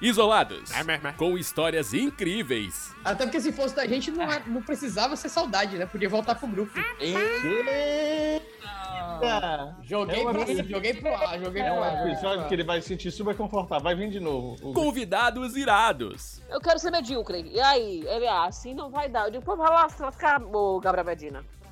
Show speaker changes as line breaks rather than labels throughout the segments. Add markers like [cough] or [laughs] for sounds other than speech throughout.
Isolados,
É
É
com histórias incríveis.
Até porque se fosse da gente, não, é- não precisava ser saudade, né? Podia voltar pro grupo. Joguei,
É um
pro,
absurdo.
joguei pro ar, joguei
É
pro
um
ar.
episódio que ele vai se sentir super confortável. Vai vir de novo. O-
Convidados irados.
Eu quero ser medíocre. E aí? Ele, ah, assim não vai dar. Eu digo, pô, vai lá, você vai ficar, ô, Gabriel Medina.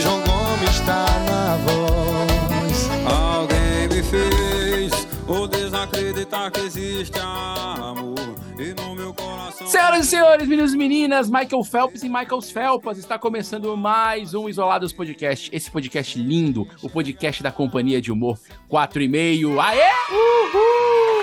João Gomes está na voz. Alguém me fez o desacreditar que existe amor. E no meu coração.
Senhoras e senhores, meninos e meninas, Michael Phelps e Michael Phelps, está começando mais um Isolados Podcast. Esse podcast lindo, o podcast da Companhia de Humor 4 e meio. Aê! Uhul!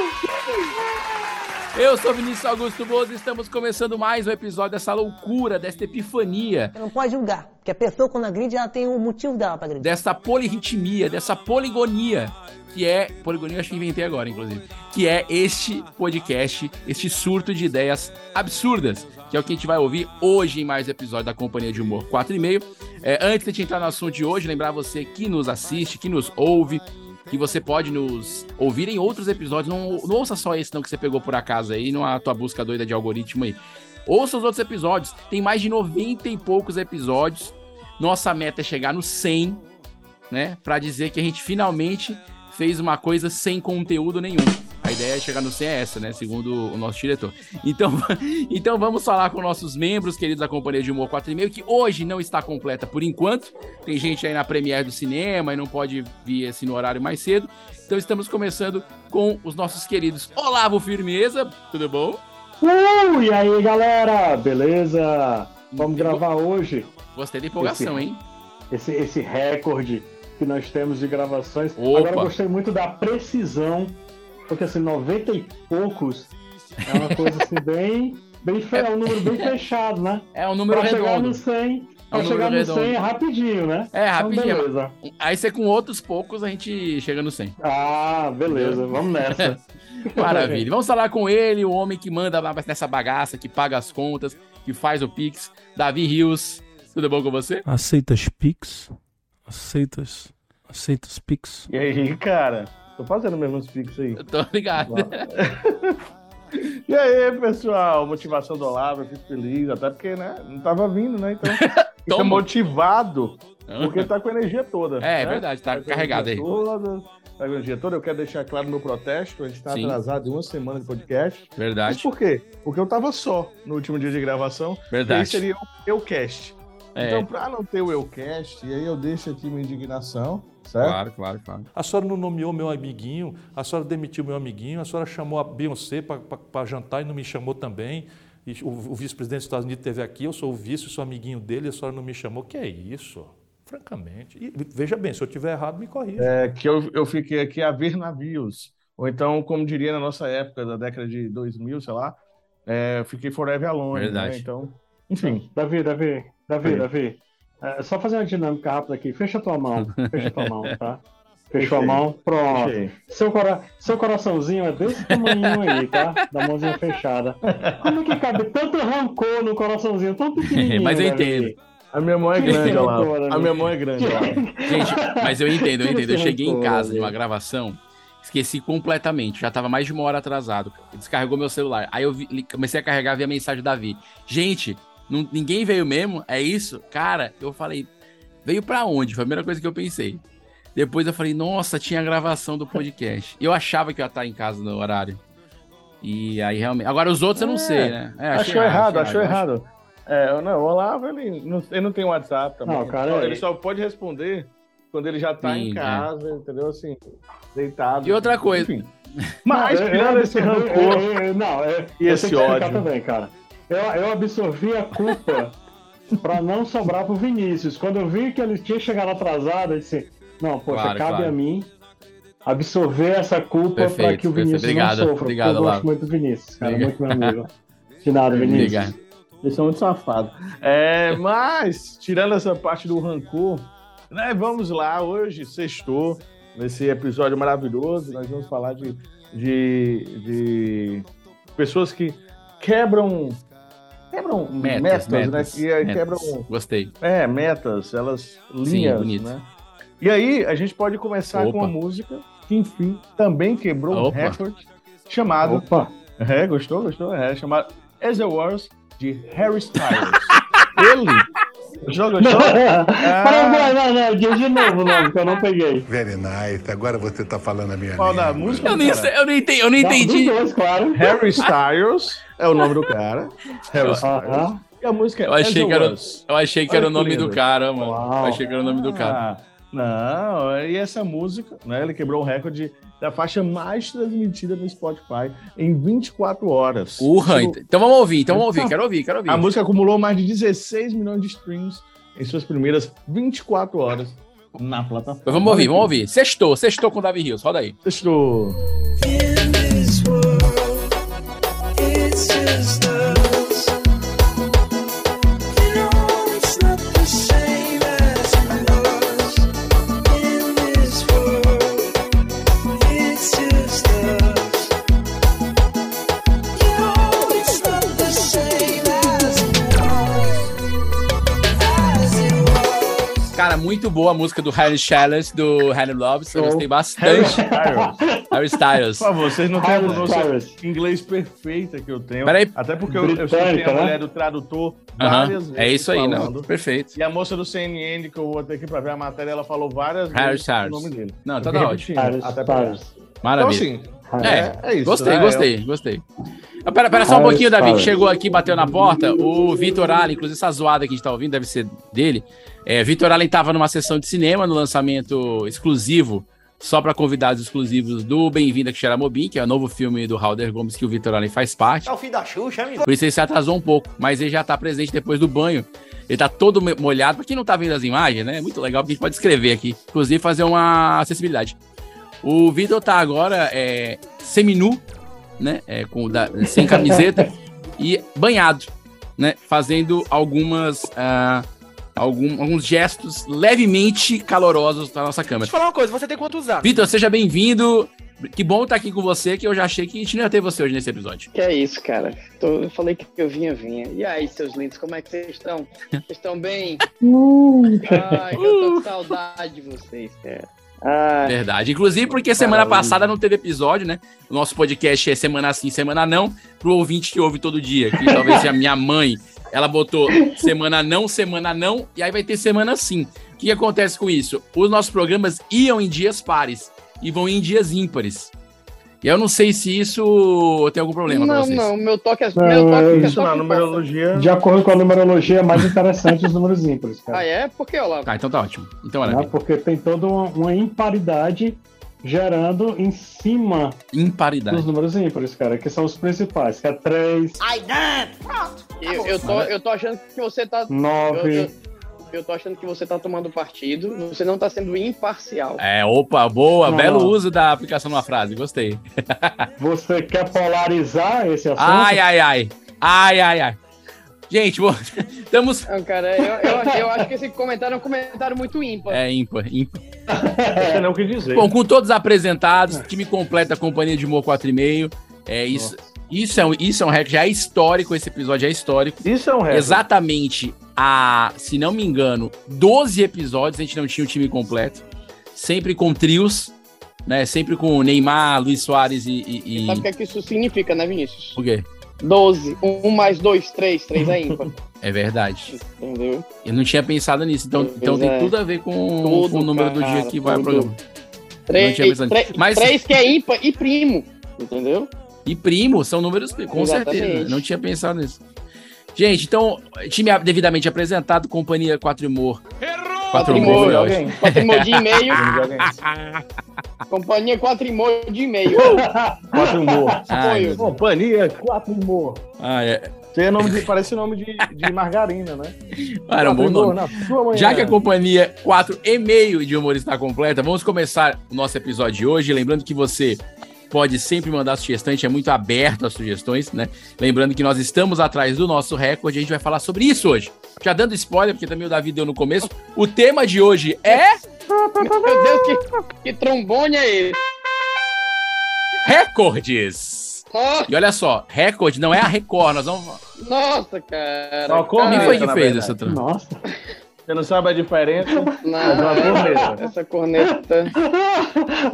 Eu sou Vinícius Augusto Bozo e estamos começando mais um episódio dessa loucura, desta epifania,
Você não pode julgar, porque a pessoa quando agride, ela tem o motivo dela pra agredir.
dessa polirritmia, dessa poligonia, que é. Poligonia eu acho que inventei agora, inclusive. Que é este podcast, este surto de ideias absurdas, que é o que a gente vai ouvir hoje em mais episódio da Companhia de Humor 4,5. É, antes da gente entrar no assunto de hoje, lembrar você que nos assiste, que nos ouve. Que você pode nos ouvir em outros episódios. Não, não ouça só esse, não, que você pegou por acaso aí, não é a tua busca doida de algoritmo aí. Ouça os outros episódios. Tem mais de 90 e poucos episódios. Nossa meta é chegar no 100 né? Pra dizer que a gente finalmente fez uma coisa sem conteúdo nenhum. A ideia é chegar no CES, né? Segundo o nosso diretor. Então, [laughs] então vamos falar com nossos membros queridos da Companhia de Humor 4 e meio, que hoje não está completa por enquanto. Tem gente aí na Premiere do cinema e não pode vir assim no horário mais cedo. Então estamos começando com os nossos queridos Olavo Firmeza, tudo bom?
Uh, e aí, galera? Beleza? Vamos gravar hoje
Gostei da empolgação, hein?
esse, esse recorde que nós temos de gravações.
Opa.
Agora eu gostei muito da precisão, porque assim, 90 e poucos é uma coisa
[laughs]
assim bem, bem fe... é um número bem fechado, né?
É um número
pra chegar
redondo.
no 100, pra
número
chegar no
redondo.
100 é rapidinho, né?
É, rapidinho.
Então, beleza.
Aí você com outros poucos a gente chega
[laughs]
no 100.
Ah, beleza. Vamos nessa.
Maravilha. Vamos falar com ele, o homem que manda nessa bagaça, que paga as contas, que faz o Pix, Davi Rios. Tudo bom com você?
Aceitas Pix? Aceitas. Aceitas Pix?
E aí, cara? Tô fazendo mesmo os fixos aí.
Eu tô ligado.
[laughs] E aí, pessoal? Motivação do Olavo, eu fico feliz, até porque, né? Não tava vindo, né?
[laughs]
Então, fica
Toma.
motivado, porque tá com a energia toda.
É,
né?
é verdade, tá
Tá com a
carregado aí.
energia Toda, tá com a energia toda. Eu quero deixar claro meu protesto, a gente tá
Sim.
atrasado em uma semana de podcast. Mas
Verdade,
por quê? Porque eu tava só no último dia de gravação, e aí
verdade.
seria o Eucast.
É,
Então, pra não ter o Eucast, e aí eu deixo aqui minha indignação, certo?
claro, claro, claro.
A senhora não nomeou meu amiguinho, a senhora demitiu meu amiguinho, a senhora chamou a Beyoncé para jantar e não me chamou também. E o, o vice-presidente dos Estados Unidos esteve aqui, eu sou o vice, sou amiguinho dele, a senhora não me chamou. Que é isso? Francamente. E, veja bem, se eu tiver errado, me corrija.
É, que eu, eu fiquei aqui a ver navios. Ou então, como diria na nossa época, da década de 2000, sei lá, é, eu fiquei forever alone,
Verdade.
né? Então, enfim.
Davi, Davi, Davi,
Oi.
Davi. É, só fazer uma dinâmica rápida aqui. Fecha tua
[laughs]
mão. Fecha tua mão, tá? Fechou a
Fechei.
mão. Pronto.
Achei.
Seu, cora... Seu coraçãozinho é desse tamanho aí, tá? Da
[laughs]
mãozinha fechada. Como é que cabe tanto rancor no coraçãozinho tão pequenininho?
[laughs] Mas eu
Davi?
entendo.
A minha mão é
Que
grande,
loucura, né?
Olavo. A
amigo.
minha mão é grande, Olavo.
Gente, mas eu entendo, eu entendo. Eu cheguei em
Pô,
casa
né?
de
velho.
uma gravação, esqueci completamente, já tava mais de uma hora atrasado. Descarregou meu celular. Aí eu vi- li- comecei a carregar, vi a mensagem do Davi. Gente, não- ninguém veio mesmo? É isso? Cara, eu falei, veio pra onde? Foi a primeira coisa que eu pensei. Depois eu falei, nossa, tinha a gravação do podcast. Eu achava que eu ia estar em casa no horário. E aí realmente. Agora os outros eu não
É,
sei, né? É, achei
Achou errado,
achei
achou errado. É, eu não, o Olavo, ele não, ele não tem WhatsApp também.
Não, cara,
ele
é-
só pode responder quando ele já tá
Sim,
em
é.
casa, entendeu? Assim, deitado.
E outra coisa. [laughs]
Enfim. Mas, tirando esse rancor
eu- eu- não, eu,
e
eu tenho
esse
que explicar
ódio.
também, cara. Eu, eu absorvi a culpa pra não sobrar pro Vinícius. Quando eu vi que ele tinha chegado atrasado, eu disse: Não, poxa,
Claro,
cabe
claro.
a mim absorver essa culpa pra
Perfeito,
que o
perfeito.
Vinícius
Obrigado,
não sofra. porque
obrigado,
eu gosto
Lavo.
muito do Vinícius, cara,
Obrigado.
muito meu amigo. De nada, Vinícius.
[laughs] Obrigado.
Eles são muito safados. É, mas, tirando essa parte do rancor, né, vamos lá, hoje, sextou, nesse episódio maravilhoso, nós vamos falar de, de, de pessoas que quebram. Quebram metas,
Metas, metas,
né? Que aí
metas.
quebram
Gostei.
é, metas, elas
Sim,
linhas,
bonito.
né? E aí, a gente pode começar com
Opa.
uma música que, enfim, também quebrou um
Opa.
recorde chamado
Opa,
é, gostou, gostou? É, chamado As It Was de Harry
[laughs]
Styles. Ele. Gostou, gostou?
Não, não, não, de de novo, não, que eu não peguei.
Very nice. Agora você tá falando a minha
Qual da música?
Eu nem,
cara?
sei- eu nem entendi. Eu
Não,
não entendi.
Dos dois, claro.
Harry Styles é o nome do cara. Harry Styles.
Aham.
E a música é
Eu achei
As It
que era-
Was.
Eu achei que
Olha
era o
que
nome
lindo.
do cara, mano.
Uau.
Eu achei que era o nome do
Ah,
cara.
não, e essa música, né? Ele quebrou o recorde da faixa mais transmitida no Spotify em 24 horas.
Urra,
Tipo,
ent- então vamos ouvir, então vamos ouvir, quero ouvir, quero ouvir.
A música acumulou mais de 16 milhões de streams em suas primeiras 24 horas na plataforma.
Mas vamos ouvir, vamos ouvir. Sextou, sextou com o Davi Rios, roda aí.
Sextou.
Cara, muito boa a música do Harry Challenge, do Harry Loves, eu gostei bastante.
Styles.
Harry Styles.
Por favor, vocês não têm a
Harry
pronúncia
Styles.
inglês perfeita que eu tenho.
Peraí.
Até porque eu, eu sei que
Britânica,
a
né?
mulher do tradutor
Aham,
várias vezes
É isso aí, não.
falando.
Perfeito.
E a moça do CNN, que eu vou ter aqui pra ver a matéria, ela falou várias
Harry
vezes o
Styles.
nome dele.
Não, tá
Eu
da
fiquei
hora.
repetindo,
Paris,
até pra-
Paris.
Então,
Maravilha.
assim,
É.
é, é isso.
Gostei,
né?
gostei, gostei. Ah, Pera, pera só um
Harry
pouquinho, Davi, que
Styles.
chegou aqui, bateu na porta. O Vitor Allen, inclusive essa zoada que a gente tá ouvindo, deve ser dele. É, Vitor Allen tava numa sessão de cinema, no lançamento exclusivo, só para convidados exclusivos do Bem-vindo a Xeramobim, que é o novo filme do Halder Gomes, que o Vitor Allen faz parte.
Tá o fim da Xuxa, menino.
Por isso ele se atrasou um pouco, mas ele já tá presente depois do banho. Ele tá todo mo- molhado. Pra quem não tá vendo as imagens, né? É muito legal, porque a gente pode escrever aqui. Inclusive, fazer uma acessibilidade. O Vitor tá agora é, seminu, né? É, com, o da-
[laughs]
sem camiseta e banhado, né? Fazendo algumas. ah, algum- alguns gestos levemente calorosos pra nossa câmera.
Deixa eu falar uma coisa, você tem quantos anos?
Vitor, seja bem-vindo. Que bom estar aqui com você, que eu já achei que a gente não ia ter você hoje nesse episódio.
Que é isso, cara. Tô- eu falei que eu vinha, vinha. E aí, seus lindos, como é que vocês estão? Vocês estão bem?
Uh.
Ai, que eu tô com saudade de vocês, cara. Ah,
Verdade. Inclusive, porque semana
Maravilha.
passada não teve episódio, né? O nosso podcast é semana sim, semana não, pro ouvinte que ouve todo dia, que talvez seja a minha mãe. Ela botou semana não, semana não, e aí vai ter semana sim. O que que acontece com isso? Os nossos programas iam em dias pares e vão em dias ímpares. E eu não sei se isso tem algum problema pra
não,
vocês.
não, meu toque é.
Não,
meu toque
é
meu
Isso na
toque passa.
numerologia.
De acordo com a numerologia, é mais interessante os números ímpares, cara.
Ah, é? Por que, Olavo?
Tá, então tá ótimo. Então,
né?
olha,
Porque tem toda uma, uma imparidade gerando em cima
imparidade.
dos números ímpares, cara, que são os principais, que é 3,
Ai, Dante, pronto.
Tá,
Eu, eu tô, eu tô achando que você tá. Eu,
9.
eu- eu tô achando que você tá tomando partido. Você não tá sendo imparcial.
É, opa, boa,
Não,
belo
não.
uso da aplicação numa frase, gostei.
Você quer polarizar esse assunto?
Ai, ai, ai. Ai, ai, ai. Gente, [laughs] bom, estamos
Não, cara, eu, eu- eu acho que esse comentário é um comentário muito ímpar.
É ímpar, ímpar.
É.
Não sei nem o que dizer.
Bom, com todos apresentados, time completo da companhia de Mo 4,5. É isso. Isso é, um, isso é um recorde, já é histórico, esse episódio é histórico.
Isso é um recorde.
Exatamente a, se não me engano, 12 episódios a gente não tinha o time completo. Sempre com trios, né? Sempre com Neymar, Luiz Soares e. e- e-
Sabe o que, é que isso significa, né, Vinícius?
O quê?
12, 1 mais 2, 3, 3 é ímpar.
É verdade.
[laughs] Entendeu?
Eu não tinha pensado nisso, então, então tem
Pois é.
tudo a ver com,
Tudo,
com o número do
cara,
dia que vai ao
tudo.
programa.
Três,
tinha pensado nisso.
três-
Mas-
três que é ímpar e primo. Entendeu?
E primo, são números primos, com
Exatamente.
certeza. Não tinha pensado nisso. Gente, então, time devidamente apresentado, companhia Quatro Humor
Quatrimônio. de alguém. Quatrimônio de [laughs] e-mail.
[laughs]
Companhia Quatrimônio de e-mail.
Quatrimor.
Uh! Ai, meu Deus.
Companhia Quatrimor.
Ah, é.
Isso aí é nome de, parece nome de, de margarina, né?
Ah, era um bom
Quatrimor,
nome.
na sua manhã.
é.
Já que a companhia 4 e meio de humor está completa, vamos começar o nosso episódio de hoje. Lembrando que você pode sempre mandar sugestão, a gente é muito aberto às sugestões, né? Lembrando que nós estamos atrás do nosso recorde, a gente vai falar sobre isso hoje. Já dando spoiler, porque também o Davi deu no começo, o tema de hoje é
Meu Deus, que, que trombone é esse?
recordes.
Nossa,
E olha só, recorde não é a Record, nós vamos...
nossa, cara.
Só corre,
Quem
Cara,
foi que
na
fez
verdade.
essa trama?
Nossa.
Você não sabe a diferença? é
não, é.
Uma
[laughs]
corneta.
Essa corneta.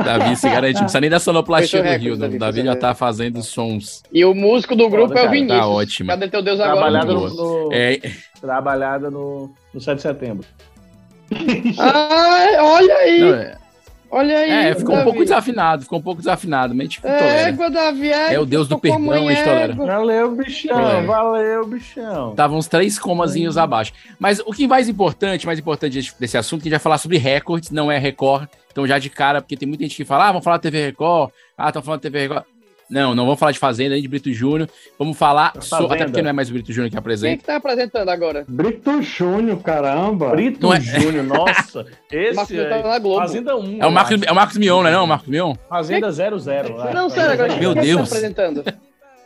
Davi se garante, não precisa nem da sonoplastia
Fechou
do
recorde,
Rio,
Davi,
o Davi
fechou
já tá fazendo sons.
E o músico do grupo é o
Foda, cara, tá
Vinícius.
ótimo.
Cadê teu Deus agora?
Trabalhada no,
Muito
no-
É,
trabalhada no, no 7 de setembro.
Ah, olha aí.
não, é,
Olha aí.
é, ficou um
Davi. É,
pouco desafinado, ficou um pouco desafinado, mas tipo, tolera.
Égua, Davi.
É o Deus do perdão, a
é,
gente tolera.
Valeu, bichão.
É.
Valeu, bichão.
Estavam uns três comazinhos abaixo. Mas o que mais importante, mais importante desse- desse assunto, que a gente vai falar sobre recordes, não é Record. Então já de cara, porque tem muita gente que fala, ah, vamos falar TV Record, ah, estão falando TV Record. Não, não vamos falar de Fazenda, nem de Brito Júnior. Vamos falar, so-
Fazenda.
até porque não é mais o Brito Júnior que
Quem é
apresenta.
que tá apresentando agora?
Brito Júnior, caramba.
Brito
Não é-
[laughs]
Júnior, nossa.
O Marcos
Esse
Mion tá
é...
na Globo.
Fazenda 1.
É o, Marcos, é o Marcos Mion, não é não? O Marcos Mion?
Fazenda 00. lá.
Não, sério, agora
Meu
quem é que tá
Deus.
apresentando?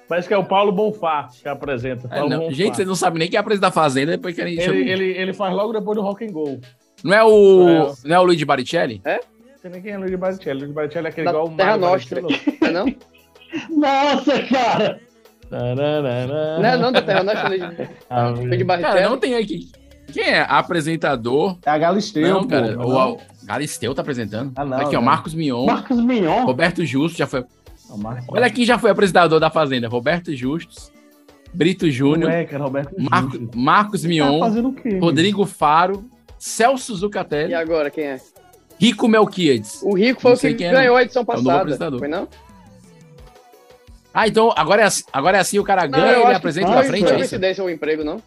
Parece que é o Paulo Bonfá que apresenta.
É,
Paulo
não.
Bonfá.
Gente, vocês não sabem nem quem apresenta a Fazenda, depois querem
ele,
chamar-
ele, ele faz logo depois do Rock and Go.
Não é o. Não é o Luiz de Baricelli?
Não sei nem quem é Luiz de Baricelli. Luiz de Baricelli é aquele
Da
igual o
Terra
Mário
Nostra.
Baricello.
[laughs] Não é não?
Nossa, cara.
Tararara.
Não é não da Terra Nostra, ele
Ah,
foi de
Cara,
Barrichello.
não tem aqui. Quem é? Apresentador.
É a Galisteu,
não,
pô.
cara.
Não,
O, o Galisteu tá apresentando.
Ah, não,
aqui, ó,
não.
Marcos Mion.
Marcos Mignon.
Roberto Justo já foi.
não, É Marcos-
Olha quem já foi apresentador da Fazenda: Roberto Justus, Brito
Não
Júnior,
é, cara, Roberto
Marco-
Júnior.
Marcos
é
Tá
Mion,
fazendo o quê?
Rodrigo Faro, Celso
E
Zucatelli,
agora, quem é?
Rico Melquiades.
O Rico foi
Não
o
sei
que
quem é,
ganhou a edição
o novo
passada.
apresentador.
Foi não?
Ah, então agora é assim, agora é assim o cara
Não, eu
ganha e ele
acho
apresenta
que
na
foi,
frente.
Foi
É isso?
coincidência o emprego, não?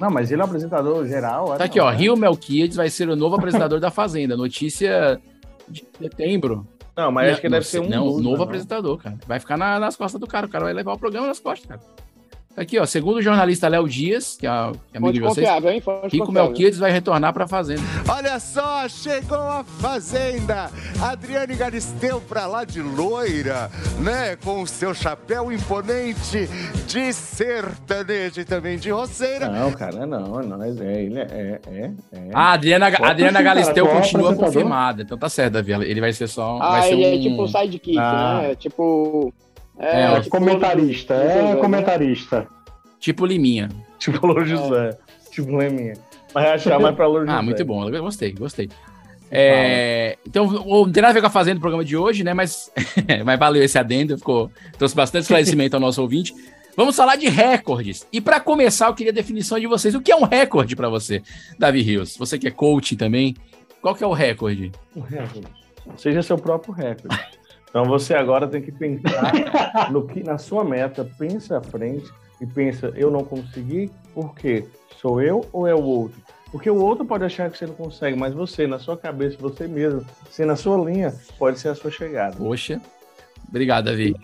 Não, mas ele é um apresentador geral. é,
Tá aqui,
não,
ó.
né?
Rio Melquiades vai ser o novo apresentador da Fazenda. Notícia de setembro.
Não, mas acho que
Não,
deve ser um.
Não,
dos,
novo
né,
apresentador, cara. Vai ficar na- nas costas do cara. O cara vai levar o programa nas costas, cara. Tá aqui, ó. Segundo o jornalista Léo Dias, que é amigo de
Fonte
vocês,
confiável, hein? Fonte
Rico
confiável.
Melquiades vai retornar pra Fazenda.
Olha só, chegou a Fazenda. Adriane Galisteu pra lá de loira, né? Com o seu chapéu imponente de sertanejo e também de roceira.
Não, cara, não, não, mas é, ele é, é, é.
Ah, a Adriana, a Adriana
sim, cara,
Galisteu
qual
continua
apresentador?
confirmada. Então tá certo, Davi. Ele vai ser só. vai
Ah,
ser
ele é
um-
tipo o sidekick,
Ah.
né? É tipo.
É,
É comentarista,
Não sei,
é
né?
comentarista.
tipo Liminha.
Tipo Lô José. Tipo Leminha. Mas eu acho que é mais pra Lô José.
Ah, muito bom. Eu gostei, gostei. É, então, o- não tem nada a ver com a Fazenda o programa de hoje, né? Mas, [laughs] mas valeu esse adendo, ficou, trouxe bastante esclarecimento ao nosso ouvinte. Vamos falar de recordes. E pra começar, eu queria a definição de vocês. O que é um recorde pra você, Davi Rios? Você que é coach também, qual que é o recorde?
Seja seu próprio recorde. Então você agora tem que
[laughs]
pensar no que, na sua meta, pensa à frente e pensa, eu não consegui, por quê? Sou eu ou é o outro? Porque o outro pode achar que você não consegue, mas você, na sua cabeça, você mesmo, você na sua linha, pode ser a sua chegada.
Poxa. Obrigado, Davi.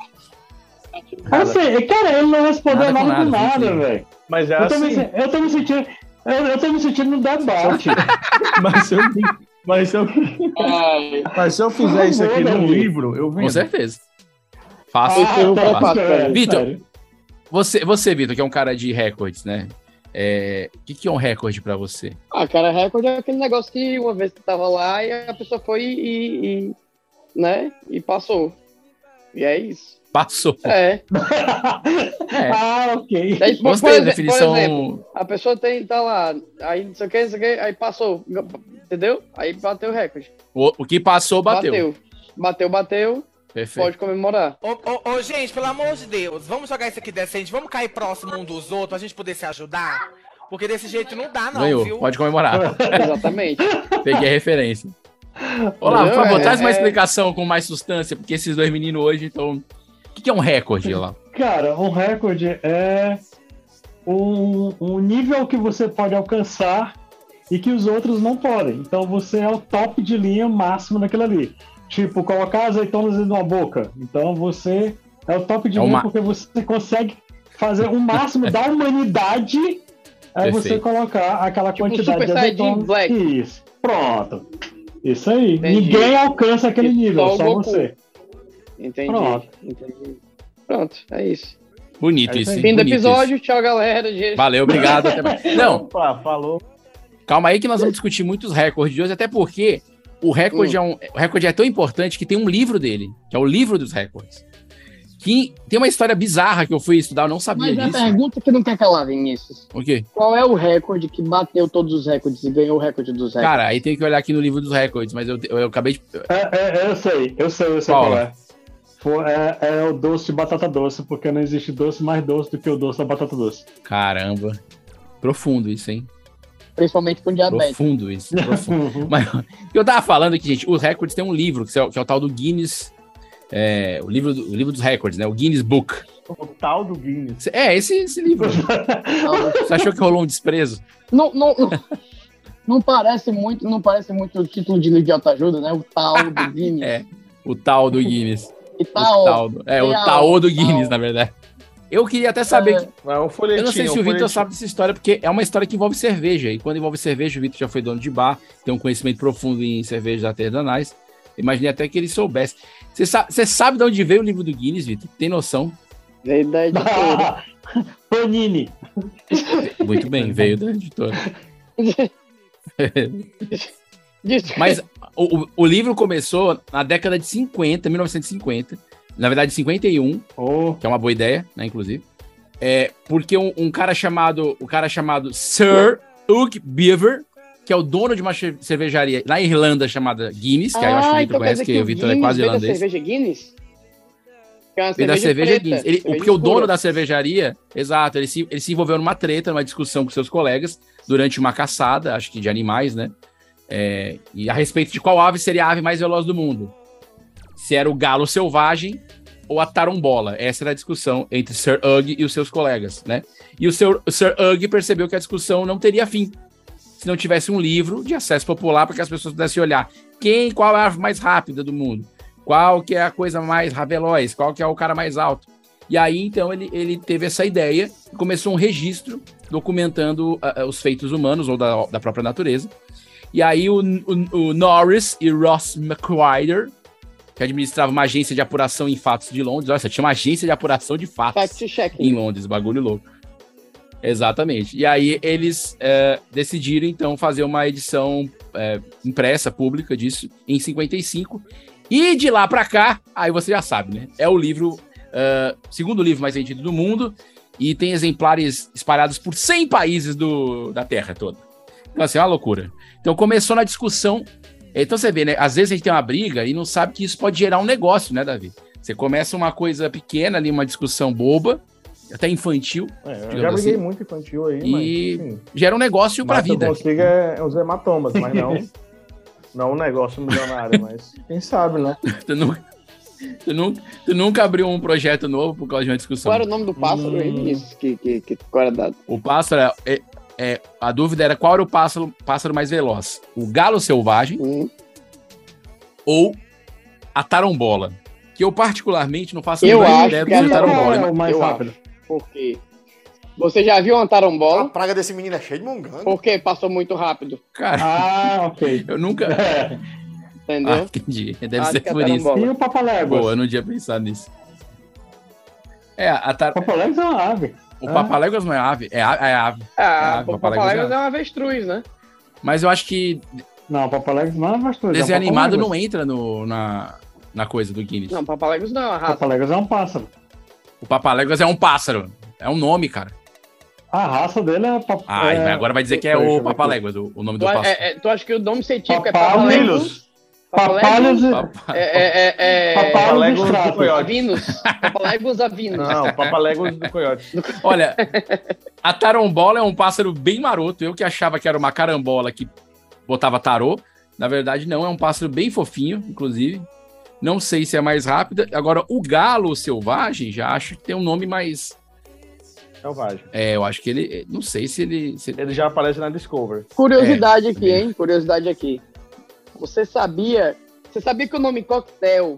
Eu sei, Assim, cara, ele não respondeu
Nada com
nada assim, né? com
nada,
nada,
sim.
velho.
Mas é
Eu tô me
assim.
se- eu tô me sentindo. Eu, eu tô me sentindo no debate.
Mas se eu, mas se eu,
Ai,
mas se eu fizer isso aqui num livro, eu
Com
vendo.
certeza. Faça.
Ah, tá,
faça.
sério,
Vitor.
sério.
Você, você Vitor, que é um cara de recordes, né? É, O que, que é um recorde pra você?
Ah, cara, recorde é aquele negócio que uma vez você tava lá e a pessoa foi e. e- né? E passou. E é isso.
Passou.
É.
É.
Ah, ok.
Daí, por,
Gostei
por
da
exe- por
definição.
exemplo, a pessoa tem, tá lá, aí não sei o que, não sei o que, aí passou. Entendeu? Aí bateu o recorde.
O, o que passou, bateu.
Bateu, bateu, bateu,
Perfeito.
pode
[laughs]
comemorar.
Ô, ô, ô, gente, pelo amor de Deus, vamos jogar isso aqui decente, vamos cair próximo um dos outros, a gente poder se ajudar? Porque desse jeito não dá, Ah, não,
Ganhou.
viu?
[laughs]
Pode comemorar.
Exatamente.
Peguei a referência. Olá, por favor,
É,
traz uma
é.
explicação com mais sustância, porque esses dois meninos hoje estão. O que, que é um recorde lá?
Cara, um recorde é um, um nível que você pode alcançar
e que os outros não podem. Então você é o top de linha máximo naquilo ali. Tipo, colocar azeitonas dentro de uma boca. Então você é o top de
É
linha
uma-
porque você consegue fazer o máximo da humanidade
[laughs]
aí você
Perfeito.
colocar aquela
Tipo
quantidade
Super
de
Saiyajin
azeitonas.
Black.
Isso. Pronto. Isso aí.
Entendi.
Ninguém alcança aquele
E
nível,
só o
só
Goku.
você.
Entendi.
Pronto.
Entendi. Pronto, é isso.
Bonito
É
isso.
aí.
hein?
Fim do
Bonito isso.
episódio, tchau, galera. gente.
Valeu, obrigado.
[laughs]
Até mais. Não,
Opa, falou.
Calma aí que nós vamos discutir muitos recordes de hoje, até porque o recorde, é, um, o recorde é tão importante que tem um livro dele, que é o livro dos recordes. Que tem uma história bizarra que eu fui estudar, eu não sabia
Mas a
disso.
pergunta que não quer calar, Vinícius.
O quê?
Qual é o recorde que bateu todos os recordes e ganhou o recorde dos recordes?
Cara, aí tem que olhar aqui no livro dos recordes, mas eu, eu, acabei de.
É, é, eu sei, eu sei, eu sei
Qual
qual
é?
é. Pô, é. É o doce de batata doce, porque não existe doce mais doce do que o doce da batata doce.
Caramba. Profundo isso, hein?
Principalmente com diabetes.
Profundo isso. Profundo. Mas eu tava falando aqui, gente, os recordes tem um livro, que é o, que é o tal do Guinness. é, o, livro do- o livro dos recordes, né? O Guinness Book.
O tal do Guinness.
É, esse, esse livro. Você achou que rolou um desprezo?
Então, Não, não, não parece muito, não parece muito o título de livro de autoajuda, né? O tal do Guinness.
É. O tal do Guinness.
E tal.
O tal do- é, o
Tal.
Taô do Guinness, na verdade. Eu queria até saber. que-
É um folhetinho.
eu não sei se o
um folhetinho.
Vitor sabe dessa história, porque é uma história que envolve cerveja. E quando envolve cerveja, o Vitor já foi dono de bar, tem um conhecimento profundo em cervejas artesanais. Imaginei até que ele soubesse. Você sa- você sabe, de onde veio o livro do Guinness, Vitor? Tem noção?
Veio da editora.
[laughs] Panini.
Muito bem, veio da editora.
Desculpa.
Mas o, o- o livro começou na década de 50, 1950. Na verdade, 51, que é uma boa ideia, né, inclusive. É, porque um, um cara chamado, o cara chamado Sir Hugh Beaver, que é o dono de uma che- cervejaria na Irlanda chamada Guinness, que aí eu acho que o Vitor
Ah, então quer
conhece,
dizer
que o Vitor é
Guinness
quase
veio da
irlandês.
cerveja Guinness? Que é uma
Veio da cerveja
preta,
Guinness. Ele, o-
cerveja
porque o dono
escura.
da cervejaria, exato, ele se, ele se envolveu numa treta, numa discussão com seus colegas durante uma caçada, acho que de animais, né? É, e a respeito de qual ave seria a ave mais veloz do mundo. Se era o galo selvagem ou a tarombola. Essa era a discussão entre Sir Ugg e os seus colegas, né? E o Sir, o Sir Ugg percebeu que a discussão não teria fim se não tivesse um livro de acesso popular para que as pessoas pudessem olhar quem, qual é a árvore mais rápida do mundo, qual que é a coisa mais ra- veloz, qual que é o cara mais alto. E aí, então, ele, ele teve essa ideia e começou um registro documentando ah, ah, os feitos humanos ou da, da própria natureza. E aí o, o- o Norris e Ross McQuire, que administrava uma agência de apuração em fatos de Londres, olha, só, tinha uma agência de apuração de fatos
Tá
em Londres, bagulho louco. Exatamente. E aí eles é, decidiram, então, fazer uma edição é, impressa, pública disso, em 55. E de lá pra cá, aí você já sabe, né? É o livro, é, segundo livro mais vendido do mundo, e tem exemplares espalhados por 100 países do, da Terra toda. Então, assim, é uma loucura. Então, começou na discussão. Então, você vê, né? Às vezes a gente tem uma briga e não sabe que isso pode gerar um negócio, né, Davi? Você começa uma coisa pequena ali, uma discussão boba, até infantil.
É, eu já
digamos
briguei
assim,
muito infantil aí, mas.
E
enfim.
gera um negócio pra
Mas
vida.
Eu consigo é, é os hematomas,
[laughs]
mas não. não um negócio milionário, mas. Quem sabe, né?
Tu nunca, [laughs] tu, nunca, tu nunca abriu um projeto novo por causa de uma discussão.
Qual era o nome do
Hum.
pássaro aí, Vinícius? Que, que, que, qual era da...
O pássaro, é- é, é, a dúvida era qual era o pássaro, pássaro mais veloz: o galo selvagem
Hum,
ou a tarombola. Que eu, particularmente, não faço a
Eu
menor
acho que
do
a
que é tarombola.
tarombola é o mais
Eu
rápido. Porque você já viu uma tarombola? A
praga desse menino é cheia de munganga.
Porque passou muito rápido.
Ah,
[laughs]
ok.
Eu nunca.
[laughs] Entendeu?
Ah, entendi. Deve
Acho
ser
que é
por isso.
tarombola. E o
Papaléguas?
Boa, eu não tinha pensado nisso. É, a tar...
Papaléguas é uma ave.
O
Ah.
papaléguas não é ave, é a- é ave.
Ah,
ave,
o
papaléguas é
papalégua
ave.
é uma avestruz, né?
Mas eu acho que
Não, papaléguas não é uma avestruz.
desenho
é um
animado
papaléguas.
não entra no, na, na coisa do Guinness.
Não, papaléguas não é uma raça.
Papaléguas é um pássaro.
O papaléguas é um pássaro. É um nome, cara.
A raça dele é... Pap...
Ah,
é...
agora vai dizer que é
Deixa eu ver
o
aqui.
papaléguas, o, o nome do
Tu, a-
pássaro.
é- é- tu acha que o nome científico é
Papalégos.
papaléguas?
Papalhos e-
É, é, é, é...
um
Papaléguas e
Papaléguas
Stratos.
avinos. Papaléguas avinos.
Não, papaléguas do coiote.
Olha, a tarombola é um pássaro bem maroto. Eu que achava que era uma carambola que botava tarô. Na verdade, não. É um pássaro bem fofinho, inclusive. Não sei se é mais rápida. Agora, o galo selvagem, já acho que tem um nome mais.
Selvagem.
É, eu acho que ele. Não sei se ele. Se...
Ele já aparece na Discovery.
Curiosidade é, aqui, também. hein? Curiosidade aqui. Você sabia. Você sabia que o nome coquetel.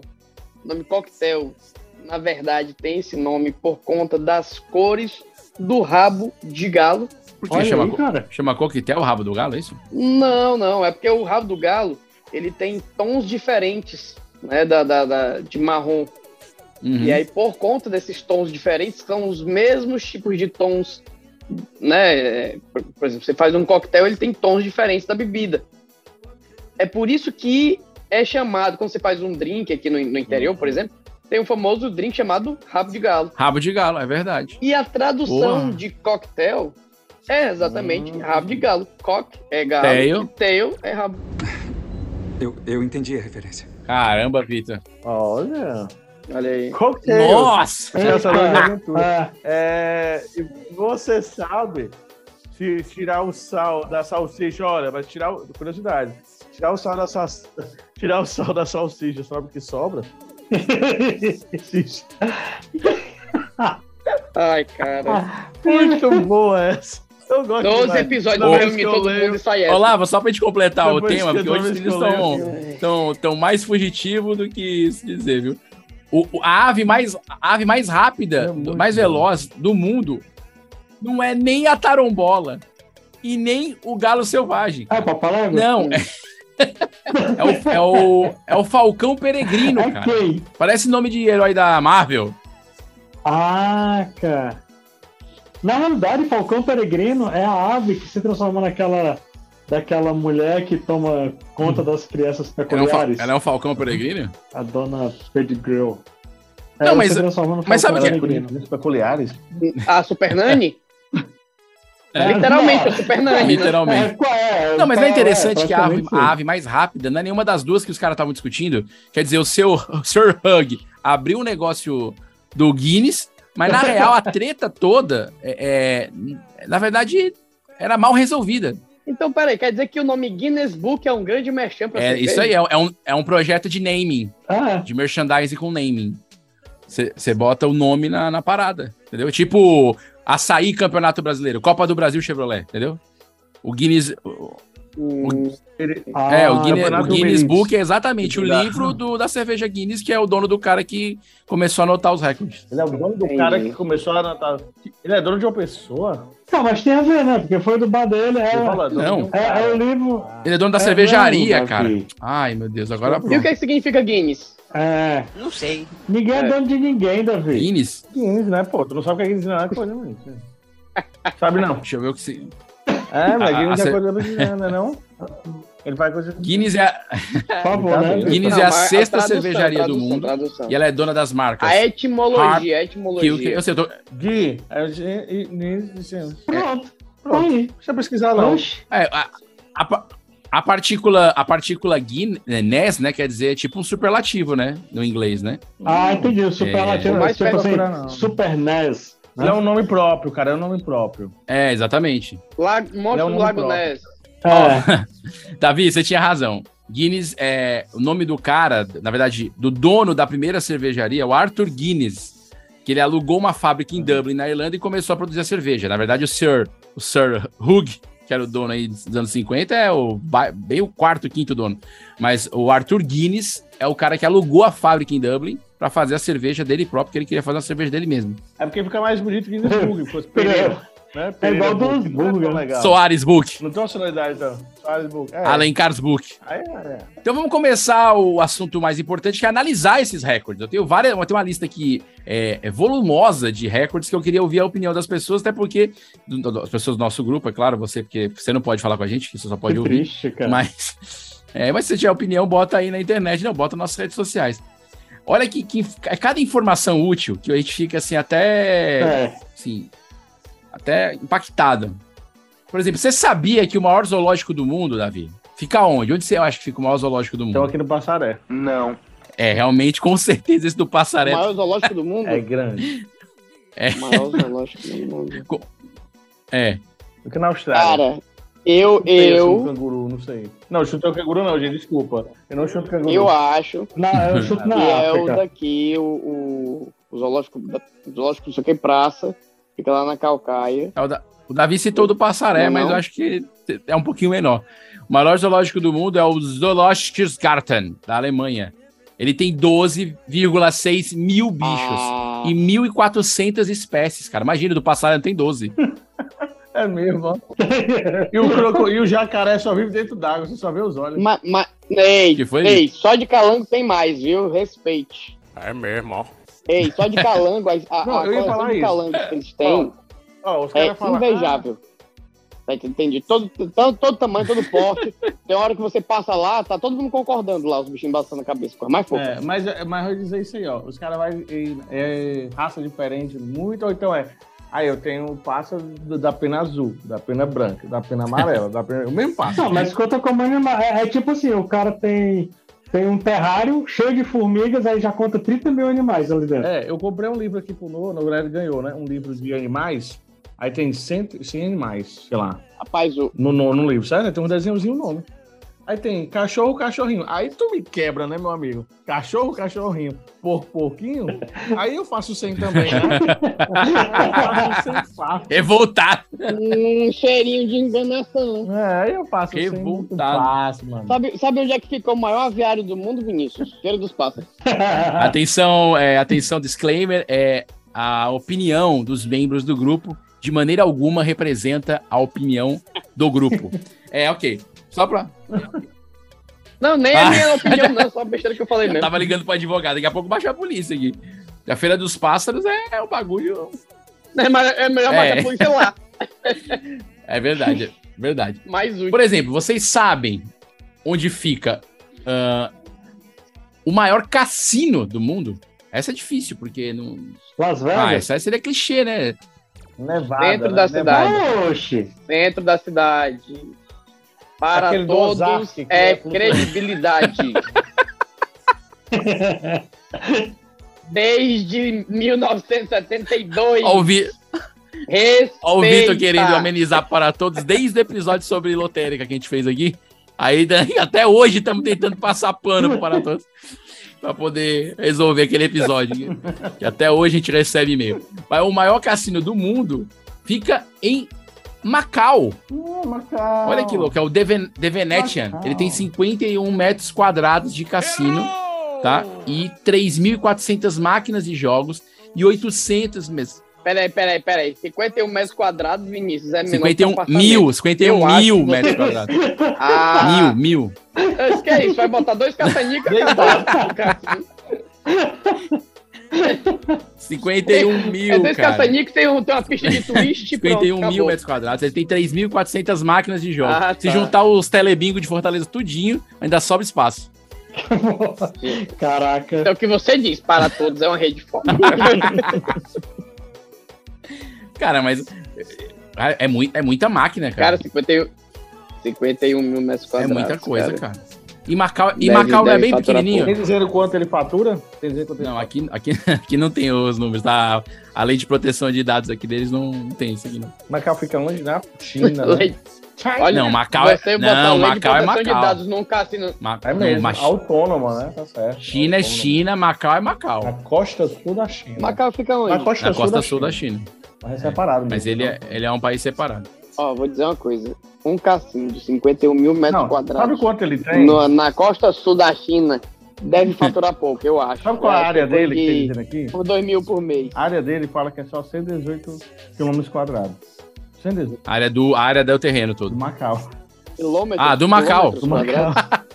O nome coquetel, na verdade, tem esse nome por conta das cores do rabo de galo.
Por que chama, aí, cara. chama coquetel o rabo do galo, é isso?
Não, não. É porque o rabo do galo ele tem tons diferentes né, da, da, da de marrom. Uhum.
é
E aí, por conta desses tons diferentes, são os mesmos tipos de tons. Né? Por, por, exemplo, você faz um coquetel, ele tem tons diferentes da bebida. É por isso que é chamado, quando você faz um drink aqui no, no interior, uhum. por exemplo, tem um famoso drink chamado rabo de galo.
Rabo de galo, é verdade.
E a tradução Boa. de coquetel é exatamente uhum. rabo de galo. Coque é galo, tail, tail é rabo.
Eu, eu entendi a referência.
Caramba, Vitor.
Olha.
Olha aí.
é?
Cocktail.
Tá
é
Nossa!
Caçador de aventura. É, você sabe se tirar o sal da salsicha, olha, mas tirar o. Curiosidade. Tirar o sal da salsicha. [laughs] Tirar o sal da salsicha, sabe o
[laughs]
que sobra?
Ai, cara.
Muito boa essa. Eu gosto
12 episódios do Reunião Todo Mundo sai essa.
Olavo, só pra gente completar Depois o tema, tá porque hoje eles estão tão, mais fugitivos do que se dizer, viu? O, a, ave mais, a ave mais rápida, é mais veloz do mundo não é nem a tarombola e nem o galo selvagem.
É, papalago?
Não, é... é, o, é, o, é o Falcão Peregrino, cara. Okay. Parece nome de herói da Marvel.
Ah, cara. Na realidade, Falcão Peregrino é a ave que se transforma naquela daquela mulher que toma conta
Hum.
das crianças peculiares.
Ela é um, ela é um Falcão Peregrino?
A dona Pedigrew.
Não, ela mas, se transforma no mas sabe é
peregrino. que...
peculiares?
A Super Nani? É, literalmente, é Super Nani.
Literalmente.
É,
não, mas é interessante que a ave, a ave, mais rápida não é nenhuma das duas que os caras estavam discutindo. Quer dizer, o seu [laughs] o Sir Hug abriu um negócio do Guinness mas na real, a treta toda, é, é, na verdade, era mal resolvida.
Então, peraí, quer dizer que o nome Guinness Book é um grande merchan pra
É isso aí, é, é, um, é um projeto de naming,
ah.
de merchandising com naming. Você bota o nome na, na parada, entendeu? Tipo, açaí Campeonato Brasileiro, Copa do Brasil Chevrolet, entendeu? O Guinness. O, o, ah, é, o Guinness, o Guinness Book é exatamente Exato. o livro do, da cerveja Guinness, que é o dono do cara que começou a anotar os recordes.
Ele é o dono do Entendi. cara que começou a anotar. Ele é dono de uma pessoa?
Não, mas tem a ver, né? Porque foi do bar dele. É,
fala,
um
não.
É, é, o livro.
Ele é dono da cervejaria, mesmo, cara. Aqui. Ai, meu Deus, agora.
E o que, significa Guinness?
É.
Não sei.
Ninguém é, dono de ninguém, Davi.
Guinness?
Guinness, né? Pô, tu não sabe o que é Guinness, não é coisa, mano. Sabe não.
Deixa eu ver o que se.
É, mas Guinness a, a, é coisa brasileira, não? Ele vai coisa.
Guinness é a, favor, né? Guinness não, é a sexta a tradução, cervejaria tradução, do mundo. Tradução. E ela é dona das marcas.
A etimologia, Harp, a etimologia.
Que, eu sei, tô...
Gui, é,
Pronto.
Pronto. Aí. Deixa eu pesquisar lá.
É, a, partícula, a partícula Guinness, né, quer dizer tipo um superlativo, né, no inglês, né?
Ah, entendi, o superlativo, é, mais tipo assim, procurar, super NES.
Ele é um nome próprio, cara, é um nome próprio.
É, exatamente.
Lago, mostra é um o Lago próprio. Ness.
[laughs]
É.
Oh, Davi, você tinha razão. Guinness é o nome do cara, na verdade, do dono da primeira cervejaria, o Arthur Guinness, que ele alugou uma fábrica em Dublin, na Irlanda, e começou a produzir a cerveja. Na verdade, o Sir, o Sir Hugh, que era o dono aí dos anos 50, é o, bem o quarto, quinto dono. Mas o Arthur Guinness é o cara que alugou a fábrica em Dublin para fazer a cerveja dele próprio, porque ele queria fazer a cerveja dele mesmo.
É porque fica mais bonito que Guinness fosse Pereira. Né?
É igual do Hamburgo,
é Soares Book.
Não tem uma sonoridade, então. Soares Book. É.
Além Carlos Book.
É, é.
Então vamos começar o assunto mais importante, que é analisar esses recordes. Eu tenho várias, eu tenho uma lista aqui é, volumosa de recordes que eu queria ouvir a opinião das pessoas, até porque as pessoas do nosso grupo, é claro, você, porque você não pode falar com a gente, você só pode que ouvir.
Triste, cara.
Mas, é, mas se você tiver opinião, bota aí na internet, não, bota nas redes sociais. Olha que, que cada informação útil que a gente fica assim até é. assim, até impactado. Por exemplo, você sabia que o maior zoológico do mundo, Davi, fica onde? Onde você acha que fica o maior zoológico do mundo?
Então aqui no Passaré.
Não.
É, realmente, com [laughs] certeza esse do Passaré. O
maior zoológico do mundo?
[laughs] é grande.
É. O maior zoológico do mundo.
É.
Fica na Austrália.
Cara, eu, eu.
Eu canguru, não sei. Não, eu chutei o canguru, não, gente, desculpa. Eu não chuto canguru.
Eu acho.
Não, eu chuto na
que
África.
é o daqui, o, o, o zoológico, o zoológico, não sei o que, praça. Fica lá na Calcaia.
É o, da... o Davi citou do Passaré,
Não,
mas
não.
eu acho que é um pouquinho menor. O maior zoológico do mundo é o Zoologisches Garten, da Alemanha. Ele tem 12,6 mil bichos
Ah,
e 1.400 espécies, cara. Imagina, do Passaré não tem 12.
É mesmo, ó. E o, croco... e o jacaré só vive dentro d'água, você só vê os olhos.
Mas, ei,
Que foi?
ei, só de calango tem mais, viu? Respeite.
É mesmo, ó.
Ei, só de calango, a, [laughs] a,
Não,
a
eu ia
coleção
falar
de
isso.
calango que eles têm
Ó, os
é
caras falam.
invejável. Tá Entendi. Todo, todo, todo tamanho, todo porte. [laughs] Tem hora que você passa lá, tá todo mundo concordando lá, os bichinhos balançando a cabeça. Coisa mais
"Ah,
fofa.
É, mas, é- mas eu vou dizer isso aí, ó. Os caras vão em é, raça diferente, muito, ou então é. Aí eu tenho o pássaro do- da pena azul, da pena branca, da pena amarela, da pena. O mesmo pássaro.
Não, mas conta como animal. É, é tipo assim, o cara tem, tem um terrário cheio de formigas, aí já conta 30 mil animais ali dentro.
É, eu comprei um livro aqui pro Noah, na verdade ganhou, né? Um livro de animais. Aí tem 100, 100 animais, sei lá.
Rapaz, o.
No, no, no livro, sabe? Tem um desenhozinho no nome. Aí tem cachorro, cachorrinho. Aí tu me quebra, né, meu amigo? Cachorro, cachorrinho. Por [laughs] pouquinho. Aí eu faço 100 também, né?
Revoltado.
[laughs] Um cheirinho de enganação.
É, aí eu passo
Revoltado.
fácil, mano.
Sabe, sabe onde é que ficou o maior aviário do mundo, Vinícius? Feira dos Pássaros.
Atenção, é, atenção, disclaimer, é a opinião dos membros do grupo de maneira alguma representa a opinião do grupo. [laughs] É, ok. Só pra...
Não, nem a minha opinião, não. [laughs] Só a besteira que eu falei
Eu
mesmo.
tava ligando pro advogado, daqui a pouco baixa a polícia aqui. A Feira dos Pássaros é o bagulho...
É, mas é melhor matar a polícia lá.
É verdade, é verdade.
Mais um.
Por exemplo, vocês sabem onde fica ah, o maior cassino do mundo? Essa é difícil, porque não.
Las Vegas?
Ah, essa seria clichê, né?
Nevada,
Dentro da cidade. Dentro da cidade. Para
Aquele do
todos
Ozark, que
é,
é- [laughs]
credibilidade. Desde 1972.
Ó, o Vi-
Respeita.
ó o Vitor querendo amenizar para todos desde o episódio sobre lotérica que a gente fez aqui. Aí [laughs] daí, até hoje estamos tentando passar pano para todos. Pra poder resolver aquele episódio. que- Que até hoje a gente recebe e-mail. Mas o maior cassino do mundo fica em Macau. Olha que louco, é o The, Ven The Venetian.
Macau.
Ele tem 51 metros quadrados de cassino, tá? E 3.400 máquinas de jogos e 800 mesmo.
Peraí, peraí, peraí. 51 metros quadrados, Vinícius. É menor que
51
um apartamento.
mil, 51
Eu acho
mil
que você-
metros quadrados.
Ah,
Mil, mil.
acho que é isso. Vai botar dois caçanicas e acabar.
[laughs] 51
é
mil,
dois
cara.
caçanicas, tem, um, tem uma pista de twist. pronto,
51 mil
acabou.
metros quadrados. Ele tem 3.400 máquinas de jogos.
Ah,
Se
tá.
juntar os telebingo de Fortaleza tudinho, ainda sobra espaço.
Caraca.
É o que você diz, para todos é uma rede
[laughs]
forte.
Cara, mas é, é, mui- é muita máquina,
Cara,
cara.
51, 51 mil metros
é
quadrados.
muita coisa, cara. E Macau, e
Deve-
Macau
deve
é bem
faturar
pequenininho.
Tem dizer quanto ele fatura? Tem dizer quanto ele
Não, aqui, aqui, [laughs] aqui não tem os números, tá? A lei de proteção de dados aqui deles não, não tem isso aqui, não.
Macau fica longe da China.
[laughs] Leite.
Né?
Olha,
Não, Macau é-
você
não,
botar um lei de
Macau é
proteção de
Macau.
dados num cassino.
Ma-
É
não,
mesmo,
mas
autônoma, né? Tá certo.
China é China, Macau é Macau.
A costa sul da China.
Macau fica onde?
Na costa
na
sul
costa
da
sul da China.
Mas é separado.
Mas ele é, ele é um país separado.
Ó, vou dizer uma coisa. Um cassino de 51 mil metros quadrados
Sabe é? quanto ele tem?
no- na costa sul da China deve faturar pouco, eu acho.
Sabe qual é
Eu
a
acho
área
que
dele que tem dizendo aqui?
Por 2 mil por mês.
A área dele fala que é só 118 quilômetros quadrados. 118.
A área do, a área do terreno todo.
Macau.
Quilômetros,
Ah, do Macau.
quilômetros quadrados.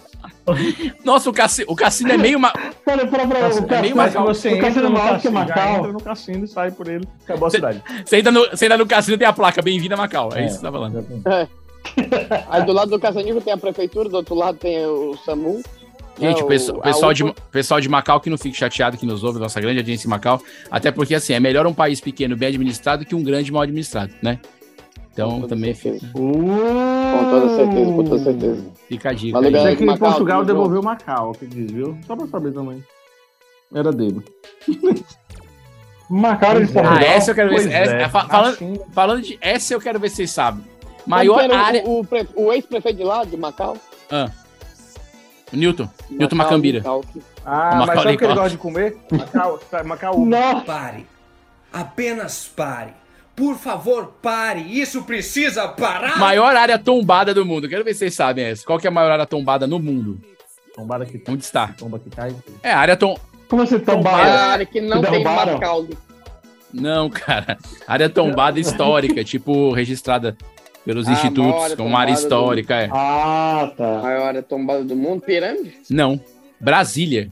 Nossa, o cassino, o cassino é meio. Ma...
Cara, pra, pra,
Nossa,
o ca-
é meio
mas
Macau.
você
O cassino
entra no
é maior que
cassino, já
Macau.
entra no cassino e sai por ele. Acabou a É cidade.
Você ainda no, você entra no cassino tem a placa, bem-vindo a Macau. É,
É,
isso que você tá falando.
É. Aí do lado do Caçanico tem a prefeitura, do outro lado tem o SAMU.
Gente,
né,
o pessoal,
a
pessoal de,
UPA.
pessoal de Macau que não fique chateado que nos ouve, nossa grande audiência em Macau. Até porque, assim, é melhor um país pequeno bem administrado que um grande mal administrado, né? Então, também fica,
Uh!
Com toda certeza, com toda certeza.
fica a dica.
Valeu,
aí.
Isso
galera.
aqui em
Macau, um
Portugal
tudo bom?
devolveu Macau, que diz, viu? Só pra saber também. Era dele.
Macau era de Portugal.
Ah, essa eu quero ver.
Pois
se- essa-
é.
fa- falando, falando de essa, eu quero ver se vocês sabem. Maior
Sabe quem era o-
área.
O, pre- o ex-prefeito de lá, de Macau.
Ah. O Newton. Newton
Macau,
Macambira.
Macau.
Ah,
Uma
mas sabe o que ele
calicote.
gosta de comer? Macau, tá, Macau.
Não.
Pare. Apenas pare.
Por favor, pare! Isso precisa parar!
Maior área tombada do mundo. Quero ver se vocês sabem essa. Qual que é a maior área tombada no mundo?
Tombada que
Onde está?
Tomba que cai.
É, a área tom...
Como você tombar?
É a área que não tem Macaldo.
Não, [laughs] cara. Área tombada histórica, tipo registrada pelos
Ah, maior
institutos,
área
como
tombada
área
do-
histórica. É.
Ah, tá.
Maior área tombada do mundo. Pirâmide?
Não. Brasília.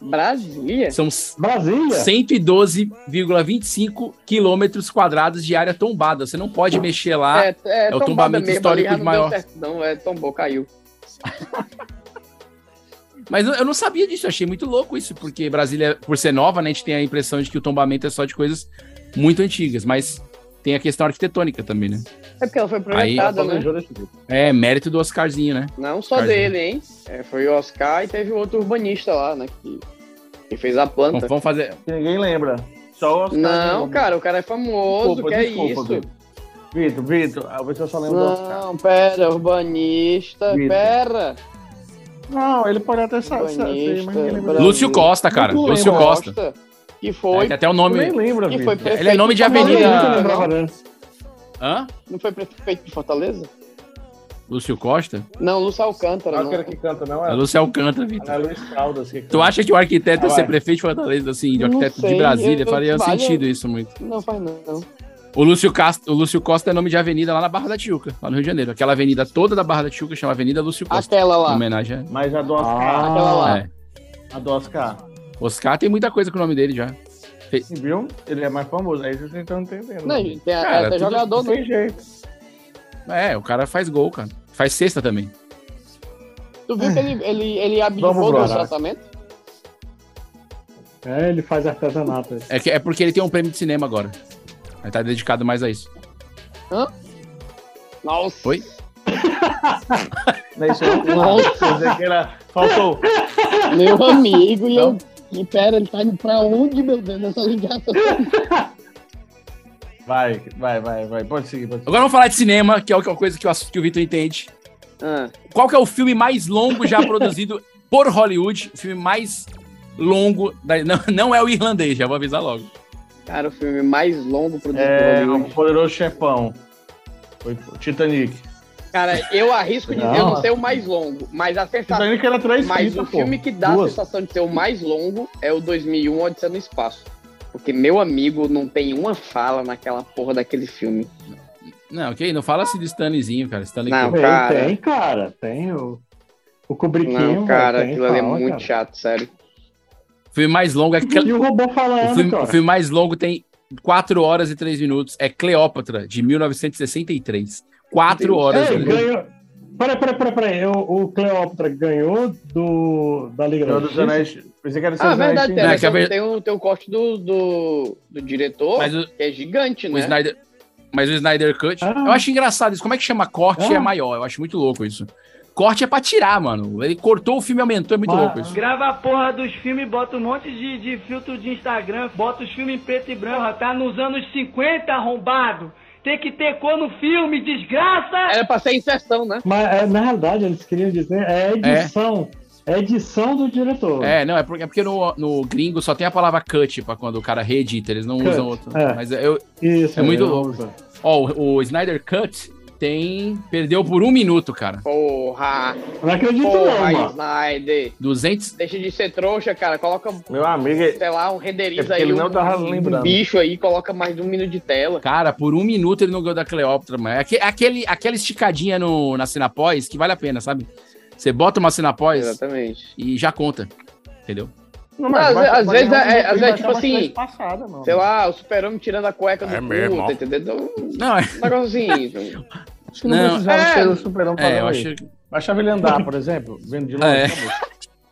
Brasília?
São s-
Brasília?
112,25 quilômetros quadrados de área tombada. Você não pode mexer lá. É, o
tombada
tombamento
mesmo, ali,
histórico de
já não
maior.
deu certo, não, é, tombou, caiu.
Mas eu eu não sabia disso, eu achei muito louco isso, porque Brasília, por ser nova, né, a gente tem a impressão de que o tombamento é só de coisas muito antigas, mas tem a questão arquitetônica também, né?
É porque ela foi projetada, né?
É, mérito do Oscarzinho, né?
Não só
Oscarzinho.
dele, hein? É, foi o Oscar e teve outro urbanista lá, né? Que, que fez a planta.
Vamos fazer.
Que ninguém lembra. Só o Oscar.
Não,
lembra.
cara, o cara é famoso,
Desculpa,
que é
desculpa,
isso?
Vitor. Vitor, Vitor, a pessoa
é
só lembra do Oscar.
Não, pera, urbanista,
Vitor.
pera.
Não, ele pode até saber,
Urbanista,
mas ninguém lembra.
Lúcio Costa, cara.
Muito
Lúcio
lembra.
Costa.
Que foi.
É, tem até o nome.
Nem lembra, que foi
Vitor. Ele é
prefeito
nome de
Fortaleza,
avenida.
não?
Lembrava Hã?
Não foi prefeito de Fortaleza?
Lúcio Costa?
Não, Lúcio
Ah,
Alcântara.
Não
Não.
é que canta, não é?
É Lúcio Alcântara, Vitor.
É Luiz Caldas. que
Tu acha que o arquiteto ia
Ah,
ser
vai.
prefeito de Fortaleza, assim, de
Não
arquiteto de
sei,
Brasília?
eu-
Faria
vale-
sentido isso muito.
Não faz não.
O Lúcio, Cast... o Lúcio Costa é nome de avenida lá na Barra da Tijuca, lá no Rio de Janeiro. Aquela avenida toda da Barra da Tijuca chama Avenida Lúcio Costa.
Aquela
Em
lá.
homenagem a...
Mas a do
Ah.
Oscar.
Aquela lá.
É.
A do Oscar.
Oscar tem muita coisa com o nome dele já. Fe-
Viu? Ele é mais famoso, aí vocês não estão entendendo.
Não, gente, tem
Cara,
até
tudo-
jogador
Tem
do
jeito.
É, o cara faz gol, cara. Faz cesta também.
Tu viu que ele, ele, ele
Vamos
abdicou
pro
do
Arara.
tratamento?
É, ele faz artesanato.
É, que- é porque ele tem um prêmio de cinema agora. Ele tá dedicado mais a isso.
Hã? Nossa.
Oi?
Não, isso é-
Nossa.
Quer dizer que era- Faltou.
Meu amigo, e eu. E pera, ele tá indo pra onde, meu Deus, nessa ligação?
Vai, vai, vai, vai. Pode seguir, pode seguir.
Agora vamos falar de cinema, que é uma coisa que o, ass- que o Vitor entende.
Ah,
Qual que é o filme mais longo já [laughs] produzido por Hollywood? O filme mais longo. da- [laughs] Não, não é o irlandês, já vou avisar logo.
Cara, o filme mais longo produzido
É,
por
o
Hollywood.
Poderoso Chefão. Foi Titanic.
Cara, eu arrisco dizer,
Não.
eu não sei o mais longo, mas a sensação...
Titanic era
é
três
Tá, Mas
fitas,
o
pô.
filme que dá
Duas.
a sensação de ser o mais longo é o 2001 Odisseia no Espaço. Porque, meu amigo, não tem uma fala naquela porra daquele filme.
Não, ok? Não fala assim do Stanleyzinho, cara. Stanley
Não,
Kubrick.
um cara.
Tem, cara. Tem o, o Kubrickinho.
Não, cara,
tem,
aquilo ali é
fala,
muito
cara.
chato, sério.
O filme mais longo é. Cle-
E o robô falando,
O filme,
um cara.
o filme mais longo tem 4 horas e 3 minutos. É Cleópatra, de 1963. 4 horas.
Ei,
né?
É, ganhou... Peraí, peraí, peraí, peraí. O, o Cleópatra ganhou do, da Liga
Senhor
da
dos
Justiça?
Anéis. Pensei que era Senhor
Ah,
dos Anéis.
verdade,
sim.
tem,
Não,
mas
que a Né, ver-
tem, o, tem o corte do, do, do diretor,
Mas o-
que é gigante,
O
né?
Snyder- Mas o Snyder Cut.
Ah.
Eu acho engraçado isso. Como é que chama corte?
Ah.
É maior. Eu acho muito louco isso. Corte é pra tirar, mano. Ele cortou o filme e aumentou. É muito
Ah.
louco isso.
Grava a porra dos filmes, bota um monte de, de filtro de Instagram, bota os filmes em preto e branco, já tá nos anos 50 arrombado. Tem que ter cor no filme, desgraça!
Era pra ser inserção, né?
Mas, é, na realidade, eles queriam dizer é edição. É, edição do diretor.
É, não, é porque, é porque no, no gringo só tem a palavra cut pra quando o cara reedita, eles não
Cut,
usam outro.
é.
Mas é, eu,
Isso,
é muito
eu-
louco. Ó, o, o Snyder Cut tem. Perdeu por um minuto, cara.
Porra!
Não acredito
Porra,
não, mano.
Snyder!
200.
Deixa de ser trouxa, cara. Coloca,
Meu amigo, é-
sei lá, um renderiza
é porque
aí,
ele não
um,
tava
um
lembrando.
bicho aí, coloca mais de um minuto de tela.
Cara, por um minuto ele não ganhou da Cleópatra, mano. É aque- Aquele, aquela esticadinha no, na cena pós que vale a pena, sabe? Você bota uma cena pós
Exatamente.
e já conta. Entendeu?
Não,
Às-
vai-
às
vai
vezes
ganhar um
é-
prêmio,
às vezes,
vai
tipo
dar uma
assim,
classe passada, mano.
Sei lá, o super-homem tirando a cueca do
É mesmo,
cu,
ó.
tá entendendo? Um
Não, é.
negócio assim.
[laughs]
velho.
Acho que não,
Não,
precisava
é.
ser o super-homem
É, eu
falando
acho
aí.
que-
Baixava ele
[laughs]
andar, por exemplo, vendo de longe. tá
É.
acabou.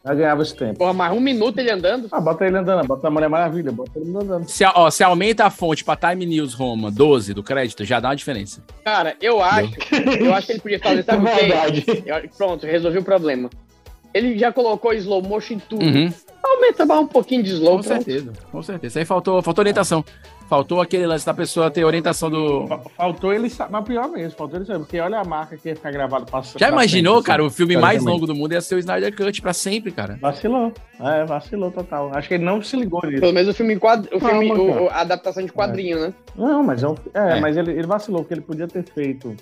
Já ganhava esse tempo.
Porra, mais um minuto ele andando.
Ah, bota ele andando, bota a Mulher Maravilha, bota ele andando.
Se, a- ó, se aumenta a fonte pra Time News Roma 12 do crédito, já dá uma diferença.
Cara, eu acho. Eu acho que ele podia fazer, sabe o
É verdade.
quê? Eu- Pronto, resolvi o problema. Ele já colocou slow motion em tudo.
Uhum.
Aumenta mais um pouquinho de slow.
Com
pronto.
certeza, com certeza. Aí faltou, faltou orientação. Faltou aquele lance da pessoa ter orientação do.
Faltou ele saber, mas pior mesmo, faltou ele saber, porque olha a marca que ia ficar gravado pra
Já
pra
imaginou,
sempre,
cara,
assim,
o filme mais
teoricamente.
longo do mundo ia ser o Snyder Cut pra sempre, cara.
Vacilou. É, vacilou total. Acho que ele não se ligou nisso.
Pelo menos o filme, em quadro, o
Calma,
filme o-
cara.
o- a adaptação de quadrinho, né?
Não, mas é, um- é,
É.
mas ele, ele vacilou, porque ele podia ter feito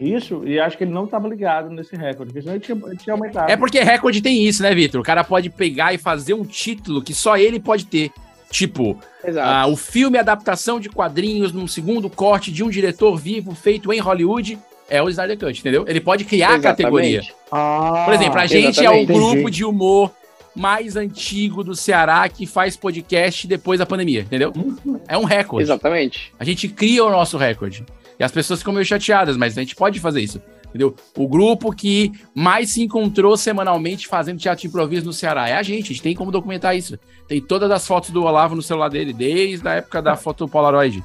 isso, e acho que ele não estava ligado nesse recorde, porque senão ele tinha, ele tinha aumentado.
É porque recorde tem isso, né, Vitor? O cara pode pegar e fazer um título que só ele pode ter. Tipo,
Exato.
ah, o filme adaptação de quadrinhos num segundo corte de um diretor vivo feito em Hollywood é o Snyder Cut, entendeu? Ele pode criar é a categoria.
Ah,
Por exemplo,
Ah,
a gente é o grupo de humor mais antigo do Ceará que faz podcast depois da pandemia, entendeu?
Uhum.
É um recorde.
Exatamente.
A gente cria o nosso recorde. E as pessoas ficam meio chateadas, mas a gente pode fazer isso, entendeu? O grupo que mais se encontrou semanalmente fazendo teatro de improviso no Ceará é a gente, a gente tem como documentar isso. Tem todas as fotos do Olavo no celular dele, desde a época da foto Polaroid.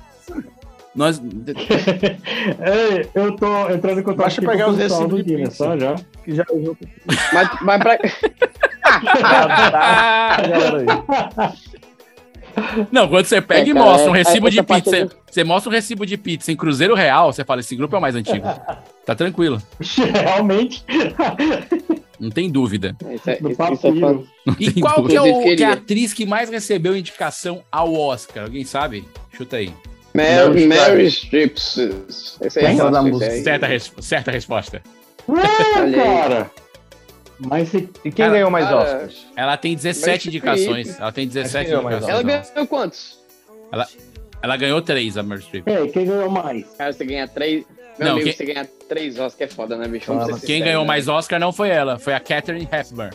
Nós,
Ei, eu tô entrando em contato
Basta pegar
com
os
o pessoal
recibos
do
de
Guinness,
pizza.
tá, [laughs]
só já.
Que já usou.
Mas, mas pra. [laughs]
Não, quando você pega
É,
e
cara,
mostra um
é-
recibo
essa
de
parte
pizza,
eu-
você, mostra um recibo de pizza em Cruzeiro Real, você fala, esse grupo é o mais antigo. [laughs] Tá tranquilo.
Realmente.
Não tem dúvida.
Isso é-
No
isso- isso é
papiro.
fato.
E qual que é, o,
Inclusive,
que é a
queria.
atriz que mais recebeu indicação ao Oscar? Alguém sabe? Chuta aí.
Mary, Mary Strips. Esse aí é
Aquela da
fácil,
música.
esse aí.
Certa, res- certa resposta.
Ué,
Olha aí.
cara! Mas e, e
quem ganhou mais
cara,
Oscars?
Ela tem 17
Mas,
indicações.
Felipe,
Ela tem 17
ganhou mais
indicações.
Ela
é Ela,
ganhou quantos?
ela, ganhou 3, a Meryl Streep.
Ei, quem ganhou mais?
Cara, você ganha três. Meu
Não,
amigo,
quem-
você ganha três Oscar é foda, né, bicho?
Quem ganhou mais Oscar não foi ela, foi a Catherine Hepburn.